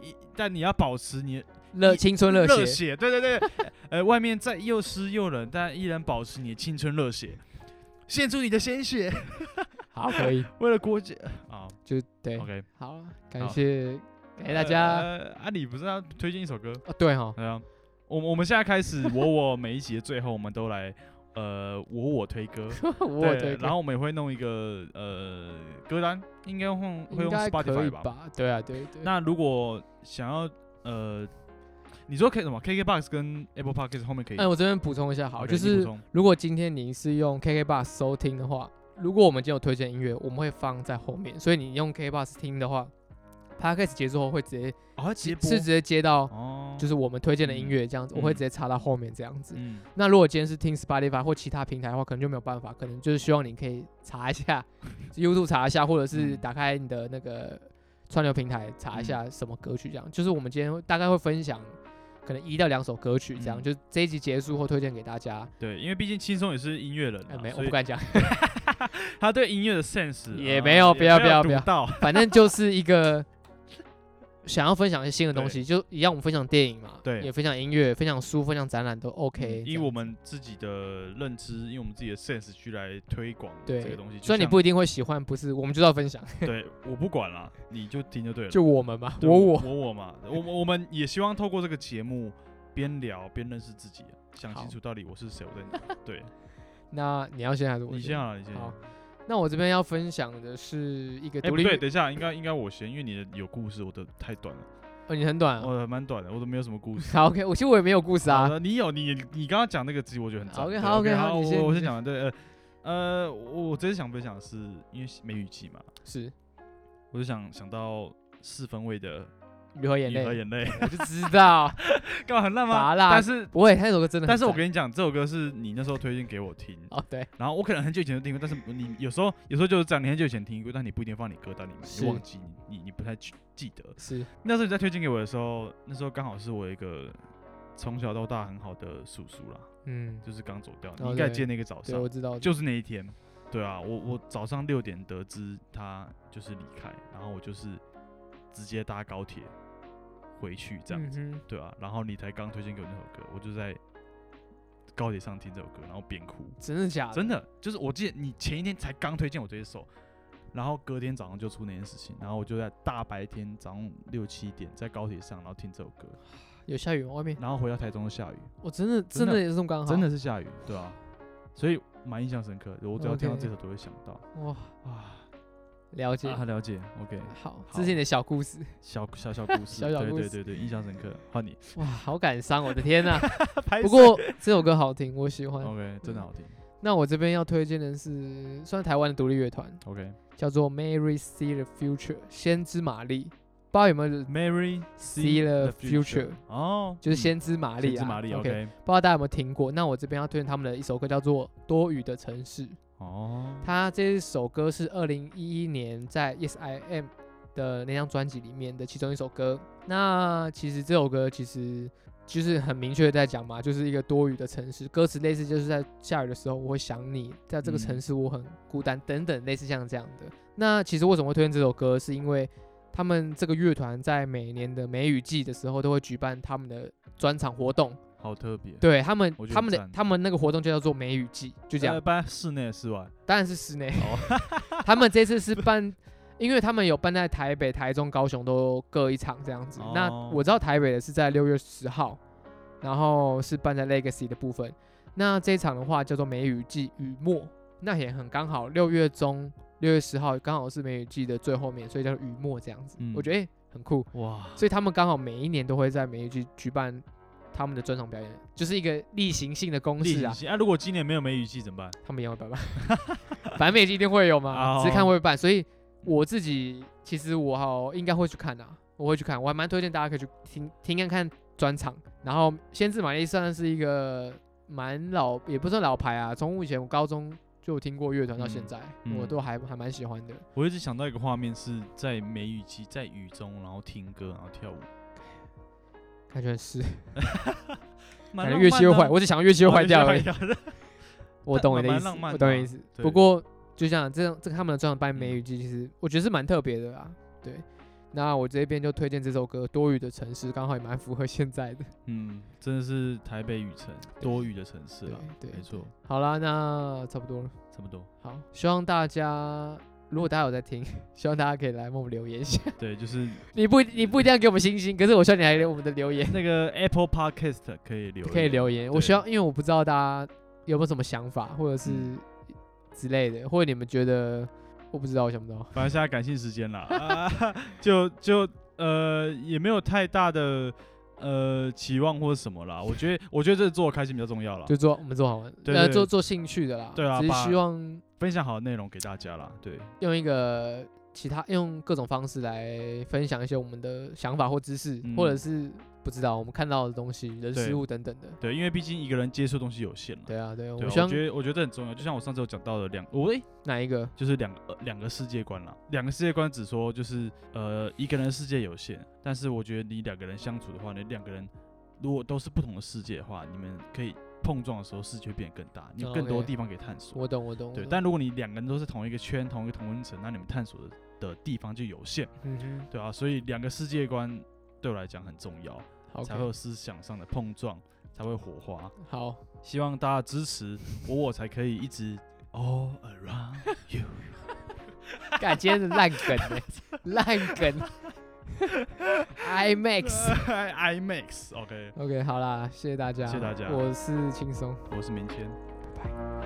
[SPEAKER 2] 一但你要保持你的
[SPEAKER 1] 热青春热
[SPEAKER 2] 热
[SPEAKER 1] 血。
[SPEAKER 2] 血，对对对， 呃，外面再又湿又冷，但依然保持你的青春热血，献出你的鲜血，
[SPEAKER 1] 好，可以，
[SPEAKER 2] 为了国家啊
[SPEAKER 1] 就对，
[SPEAKER 2] ，OK，
[SPEAKER 1] 好了，
[SPEAKER 2] 好
[SPEAKER 1] 感谢感哎谢大家。
[SPEAKER 2] 呃啊，你不是要推荐一首歌？
[SPEAKER 1] 哦，对哈，
[SPEAKER 2] 对啊，我们我们现在开始，我我每一集的最后，我们都来呃我我推歌，
[SPEAKER 1] 我我
[SPEAKER 2] 对
[SPEAKER 1] 对，，
[SPEAKER 2] 然后我们也会弄一个呃歌单，应该会用会
[SPEAKER 1] 应
[SPEAKER 2] 用
[SPEAKER 1] 该可
[SPEAKER 2] Spotify
[SPEAKER 1] 以
[SPEAKER 2] 吧？
[SPEAKER 1] 吧？对啊，对对。
[SPEAKER 2] 那如果想要呃，你说可以什么？KKBox 跟 Apple Podcast 后面可以，
[SPEAKER 1] 哎，我这边补充一下好了，
[SPEAKER 2] OK，
[SPEAKER 1] 就
[SPEAKER 2] 你补
[SPEAKER 1] 是哦
[SPEAKER 2] 充
[SPEAKER 1] 如果今天你是用 KKBox 收听的话，如果我们今天有推荐音乐，我们会放在后面，所以你用 KKBox 听的话 p a d c a s t 结束后会直接
[SPEAKER 2] 哦它直接播
[SPEAKER 1] 是直接接到
[SPEAKER 2] 哦，
[SPEAKER 1] 就是是我们推荐的音乐这样子，我会
[SPEAKER 2] 嗯
[SPEAKER 1] 直接插到后面这样子。
[SPEAKER 2] 嗯，
[SPEAKER 1] 那如果今天是听 Spotify 或其他平台的话，可能就没有办法，可能就是希望你可以查一 下 YouTube 查一下，或者是
[SPEAKER 2] 嗯
[SPEAKER 1] 打开你的那个串流平台查一下什么歌曲这样。就是我们今天会大概会分享可能一到两首歌曲这样，
[SPEAKER 2] 嗯
[SPEAKER 1] 就这一集结束后推荐给大家。
[SPEAKER 2] 对，因为毕竟轻松也是音乐人、
[SPEAKER 1] 哎、
[SPEAKER 2] 啊，
[SPEAKER 1] 没，我
[SPEAKER 2] 所以
[SPEAKER 1] 不敢讲，
[SPEAKER 2] 他对音乐的 sense
[SPEAKER 1] 也
[SPEAKER 2] 呃
[SPEAKER 1] 没有
[SPEAKER 2] 也
[SPEAKER 1] 不要不要
[SPEAKER 2] 独
[SPEAKER 1] 不要
[SPEAKER 2] 到，
[SPEAKER 1] 反正就是一个想要分享一些新的东西，就一样我们分享电影嘛，
[SPEAKER 2] 对
[SPEAKER 1] 也分享音乐、分享书、分享展览都 OK 这
[SPEAKER 2] 嗯以
[SPEAKER 1] 样。
[SPEAKER 2] 我们自己的认知，以我们自己的 sense 去来推广这
[SPEAKER 1] 对
[SPEAKER 2] 个东西，就
[SPEAKER 1] 虽然你
[SPEAKER 2] 像
[SPEAKER 1] 不一定会喜欢，不是，我们就要分享，
[SPEAKER 2] 对，我不管啦，你就听就对了，
[SPEAKER 1] 就我们嘛，
[SPEAKER 2] 对
[SPEAKER 1] 我我
[SPEAKER 2] 我我嘛，我们我们也希望透过这个节目边聊边认识自己，啊想
[SPEAKER 1] 好
[SPEAKER 2] 清楚到底我是谁，我在 哪。对，
[SPEAKER 1] 那你要先还是我
[SPEAKER 2] 你先啊，你先。
[SPEAKER 1] 好那我这边要分享的是一个
[SPEAKER 2] 哎，
[SPEAKER 1] 独
[SPEAKER 2] 不
[SPEAKER 1] 立、
[SPEAKER 2] 对，等一下，应该应该我先，因为你的有故事，我的太短了，
[SPEAKER 1] 哦，你很短、啊。
[SPEAKER 2] 我的蛮短的，我都没有什么故事。
[SPEAKER 1] 好，OK，我其实我也没有故事啊
[SPEAKER 2] 好。的，你有你你刚刚讲那个词，我觉得很
[SPEAKER 1] 好，OK，
[SPEAKER 2] 赞。对
[SPEAKER 1] 好，OK，
[SPEAKER 2] ，OK，
[SPEAKER 1] 好你先
[SPEAKER 2] 我我
[SPEAKER 1] 你先
[SPEAKER 2] 先讲完。对，呃呃，我我真想分享的是因为梅雨季嘛，
[SPEAKER 1] 是
[SPEAKER 2] 我就想想到四分位的
[SPEAKER 1] 雨和眼
[SPEAKER 2] 你和
[SPEAKER 1] 泪，
[SPEAKER 2] 眼泪，
[SPEAKER 1] 我就知道，
[SPEAKER 2] 干嘛很烂吗？
[SPEAKER 1] 拔蜡
[SPEAKER 2] 但是
[SPEAKER 1] 不会，他那首歌真的很赞。
[SPEAKER 2] 但是我跟你讲，这首歌是你那时候推荐给我听，
[SPEAKER 1] 哦，对，
[SPEAKER 2] 然后我可能很久以前就听过，但是你有时候有时候就是这样，你很久以前听过，但你不一定放你歌单里面，
[SPEAKER 1] 是
[SPEAKER 2] 你忘记你你你不太记记得。
[SPEAKER 1] 是
[SPEAKER 2] 那时候你在推荐给我的时候，那时候刚好是我一个从小到大很好的叔叔啦，
[SPEAKER 1] 嗯，
[SPEAKER 2] 就是刚走掉，
[SPEAKER 1] 哦
[SPEAKER 2] 你应该
[SPEAKER 1] 对
[SPEAKER 2] 记得那个早
[SPEAKER 1] 对，
[SPEAKER 2] 上
[SPEAKER 1] 我，知道，
[SPEAKER 2] 就是那一天。对啊，我我早上六点得知他就是离开，然后我就是直接搭高铁回去这样子。
[SPEAKER 1] 嗯哼
[SPEAKER 2] 对啊，然后你才刚推荐给我那首歌，我就在高铁上听这首歌，然后边哭，
[SPEAKER 1] 真的假的？
[SPEAKER 2] 真的就是我记得你前一天才刚推荐我这一首，然后隔天早上就出那件事情，然后我就在大白天早上六七点在高铁上，然后听这首 歌，
[SPEAKER 1] 有下雨吗？外面
[SPEAKER 2] 然后回到台中就下雨，
[SPEAKER 1] 我真的真
[SPEAKER 2] 嗯真的
[SPEAKER 1] 的也是这么刚好，
[SPEAKER 2] 真的是下雨，对啊，所以蛮印象深刻的，我只要听到
[SPEAKER 1] OK
[SPEAKER 2] 这首都会想到
[SPEAKER 1] 哇，
[SPEAKER 2] 啊，
[SPEAKER 1] 了解。
[SPEAKER 2] 啊了解，OK，
[SPEAKER 1] 好，
[SPEAKER 2] 好
[SPEAKER 1] 这是你的小故事，
[SPEAKER 2] 小小小故事，
[SPEAKER 1] 小小
[SPEAKER 2] 对
[SPEAKER 1] 故
[SPEAKER 2] 对
[SPEAKER 1] 事
[SPEAKER 2] 对对，印象深刻，换你，
[SPEAKER 1] 哇，好感伤，我的天 呐！
[SPEAKER 2] 拍
[SPEAKER 1] 不
[SPEAKER 2] 手
[SPEAKER 1] 过这首歌好听，我喜欢。
[SPEAKER 2] OK 真的好听
[SPEAKER 1] 那我这边要推荐的是，算是台湾的独立乐团，
[SPEAKER 2] ，OK，Mary
[SPEAKER 1] 叫做 Mary See the Future，先知玛丽，不知道有没有 See the Future，
[SPEAKER 2] 哦，
[SPEAKER 1] 就是
[SPEAKER 2] 嗯
[SPEAKER 1] 先知玛丽
[SPEAKER 2] 先
[SPEAKER 1] 啊，
[SPEAKER 2] 知玛丽
[SPEAKER 1] OK，
[SPEAKER 2] ，OK，
[SPEAKER 1] 不知道大家有没有听过？那我这边要推荐他们的一首歌叫做《多雨的城市》，
[SPEAKER 2] 哦，
[SPEAKER 1] 它这首歌是二零一一年在 Yes I Am 的那张专辑里面的其中一首歌。那其实这首歌其实就是很明确地在讲嘛，就是一个多雨的城市，歌词类似就是在下雨的时候我会想你，在这个
[SPEAKER 2] 嗯
[SPEAKER 1] 城市我很孤单等等，类似像这样的。那其实为什么会推荐这首歌，是因为他们这个乐团在每年的梅雨季的时候都会举办他们的专场活动，
[SPEAKER 2] 好特别，，
[SPEAKER 1] 对他们
[SPEAKER 2] 我觉得
[SPEAKER 1] 他们的
[SPEAKER 2] 赞
[SPEAKER 1] 他们那个活动就叫做梅雨季，就这样
[SPEAKER 2] 呃，。办室内室 外，
[SPEAKER 1] 当然是室内。
[SPEAKER 2] 哦
[SPEAKER 1] 他们这次是办，因为他们有办在台北、台中、高雄都各一场这样子。那
[SPEAKER 2] 哦
[SPEAKER 1] 我知道台北的是在六月十号，然后是办在 Legacy 的部分。那这一场的话叫做梅雨季雨末，那也很刚好，六月中六月十号刚好是梅雨季的最后面，所以叫雨末这样子。
[SPEAKER 2] 嗯
[SPEAKER 1] 我觉得、诶很酷，
[SPEAKER 2] 哇，
[SPEAKER 1] 所以他们刚好每一年都会在梅雨季举办他们的专场表演，就是一个例行性的公
[SPEAKER 2] 例
[SPEAKER 1] 式
[SPEAKER 2] 行
[SPEAKER 1] 啊。
[SPEAKER 2] 性，啊，如果今年没有梅雨季怎么办？
[SPEAKER 1] 他们也会办吧， 反正每季一定会有嘛，
[SPEAKER 2] 哦
[SPEAKER 1] 只是看会不会办。所以我自己其实我好应该会去看的、我会去看，我还蛮推荐大家可以去听听看看专场。然后《先知玛丽》算是一个蛮老，也不算老牌啊，从我以前我高中就有听过乐团到现在，
[SPEAKER 2] 嗯嗯
[SPEAKER 1] 我都还还蛮喜欢的。
[SPEAKER 2] 我一直想到一个画面是在梅雨季，在雨中，然后听歌，然后跳舞，
[SPEAKER 1] 感觉是，
[SPEAKER 2] 蛮
[SPEAKER 1] 感觉
[SPEAKER 2] 浪
[SPEAKER 1] 乐
[SPEAKER 2] 漫
[SPEAKER 1] 器又
[SPEAKER 2] 的啊
[SPEAKER 1] 坏，我只想乐器又坏掉 欸而
[SPEAKER 2] 哦乐
[SPEAKER 1] 已
[SPEAKER 2] 器。又坏掉了
[SPEAKER 1] 我懂你的意
[SPEAKER 2] 蛮
[SPEAKER 1] 思，
[SPEAKER 2] 浪漫的啊
[SPEAKER 1] 我懂你的意思。
[SPEAKER 2] 对
[SPEAKER 1] 不过就像这样，这个他们的专场办
[SPEAKER 2] 嗯
[SPEAKER 1] 梅雨季，其实我觉得是蛮特别的啦。对，那我这边就推荐这首歌《多雨的城市》，刚好也蛮符合现在的。
[SPEAKER 2] 嗯，真的是台北雨城，多雨的城市啦，
[SPEAKER 1] 对对
[SPEAKER 2] 啊没错，
[SPEAKER 1] 好啦，那差不多了。
[SPEAKER 2] 差不多，
[SPEAKER 1] 好，希望大家。如果大家有在听，希望大家可以来帮我们留言一下。
[SPEAKER 2] 对，就是
[SPEAKER 1] 你不你不一定要给我们星星，可是我希望你来留我们的留言，
[SPEAKER 2] 那个 Apple Podcast 可以留，
[SPEAKER 1] 可以留言。我
[SPEAKER 2] 对
[SPEAKER 1] 希望，因为我不知道大家，因有没有什么想法，或者是
[SPEAKER 2] 嗯
[SPEAKER 1] 之类的，或者你们觉得我不知道，我想不到。
[SPEAKER 2] 反正现在感性时间啦， 啊、就就呃也没有太大的呃期望或者什么啦。我觉得我觉得这是做我开心比较重要啦，
[SPEAKER 1] 就做我们做好玩，
[SPEAKER 2] 对
[SPEAKER 1] 呃，
[SPEAKER 2] 对
[SPEAKER 1] 做做兴趣的啦，
[SPEAKER 2] 对啊
[SPEAKER 1] 只是
[SPEAKER 2] 把
[SPEAKER 1] 希望
[SPEAKER 2] 分享好的内容给大家啦。对，
[SPEAKER 1] 用一个其他用各种方式来分享一些我们的想法或知识，
[SPEAKER 2] 嗯
[SPEAKER 1] 或者是不知道我们看到的东西、人
[SPEAKER 2] 对
[SPEAKER 1] 事物等等的。
[SPEAKER 2] 对，因为毕竟一个人接触的东西有限嘛。
[SPEAKER 1] 对啊，对啊，我
[SPEAKER 2] 对啊，
[SPEAKER 1] 们
[SPEAKER 2] 我
[SPEAKER 1] 希望
[SPEAKER 2] 觉得我觉得这很重要，就像我上次有讲到的两，我诶、
[SPEAKER 1] 哪一个？
[SPEAKER 2] 就是两个呃两个世界观啦。两个世界观只说就是呃一个人的世界有限，但是我觉得你两个人相处的话，你两个人如果都是不同的世界的话，你们可以碰撞的时候世界会变得更大，你有
[SPEAKER 1] 哦
[SPEAKER 2] 更多
[SPEAKER 1] OK
[SPEAKER 2] 地方可以探索。
[SPEAKER 1] 我懂，我懂。
[SPEAKER 2] 对
[SPEAKER 1] 我，懂
[SPEAKER 2] 但如果你两个人都是同一个圈、同一个同温层，那你们探索的的地方就有限，
[SPEAKER 1] 嗯
[SPEAKER 2] 对啊，所以两个世界观对我来讲很重要，
[SPEAKER 1] 哼
[SPEAKER 2] 才会有
[SPEAKER 1] ，OK，
[SPEAKER 2] 思想上的碰撞，才会火花。
[SPEAKER 1] 好，
[SPEAKER 2] 希望大家支持我，我才可以一直 all around you。
[SPEAKER 1] 感今天是烂梗呢，烂 梗，IMAX。
[SPEAKER 2] IMAX，OK，、
[SPEAKER 1] OK，好啦，谢谢大家，
[SPEAKER 2] 谢谢大家
[SPEAKER 1] 我是轻松。
[SPEAKER 2] 我是明谦。
[SPEAKER 1] 拜拜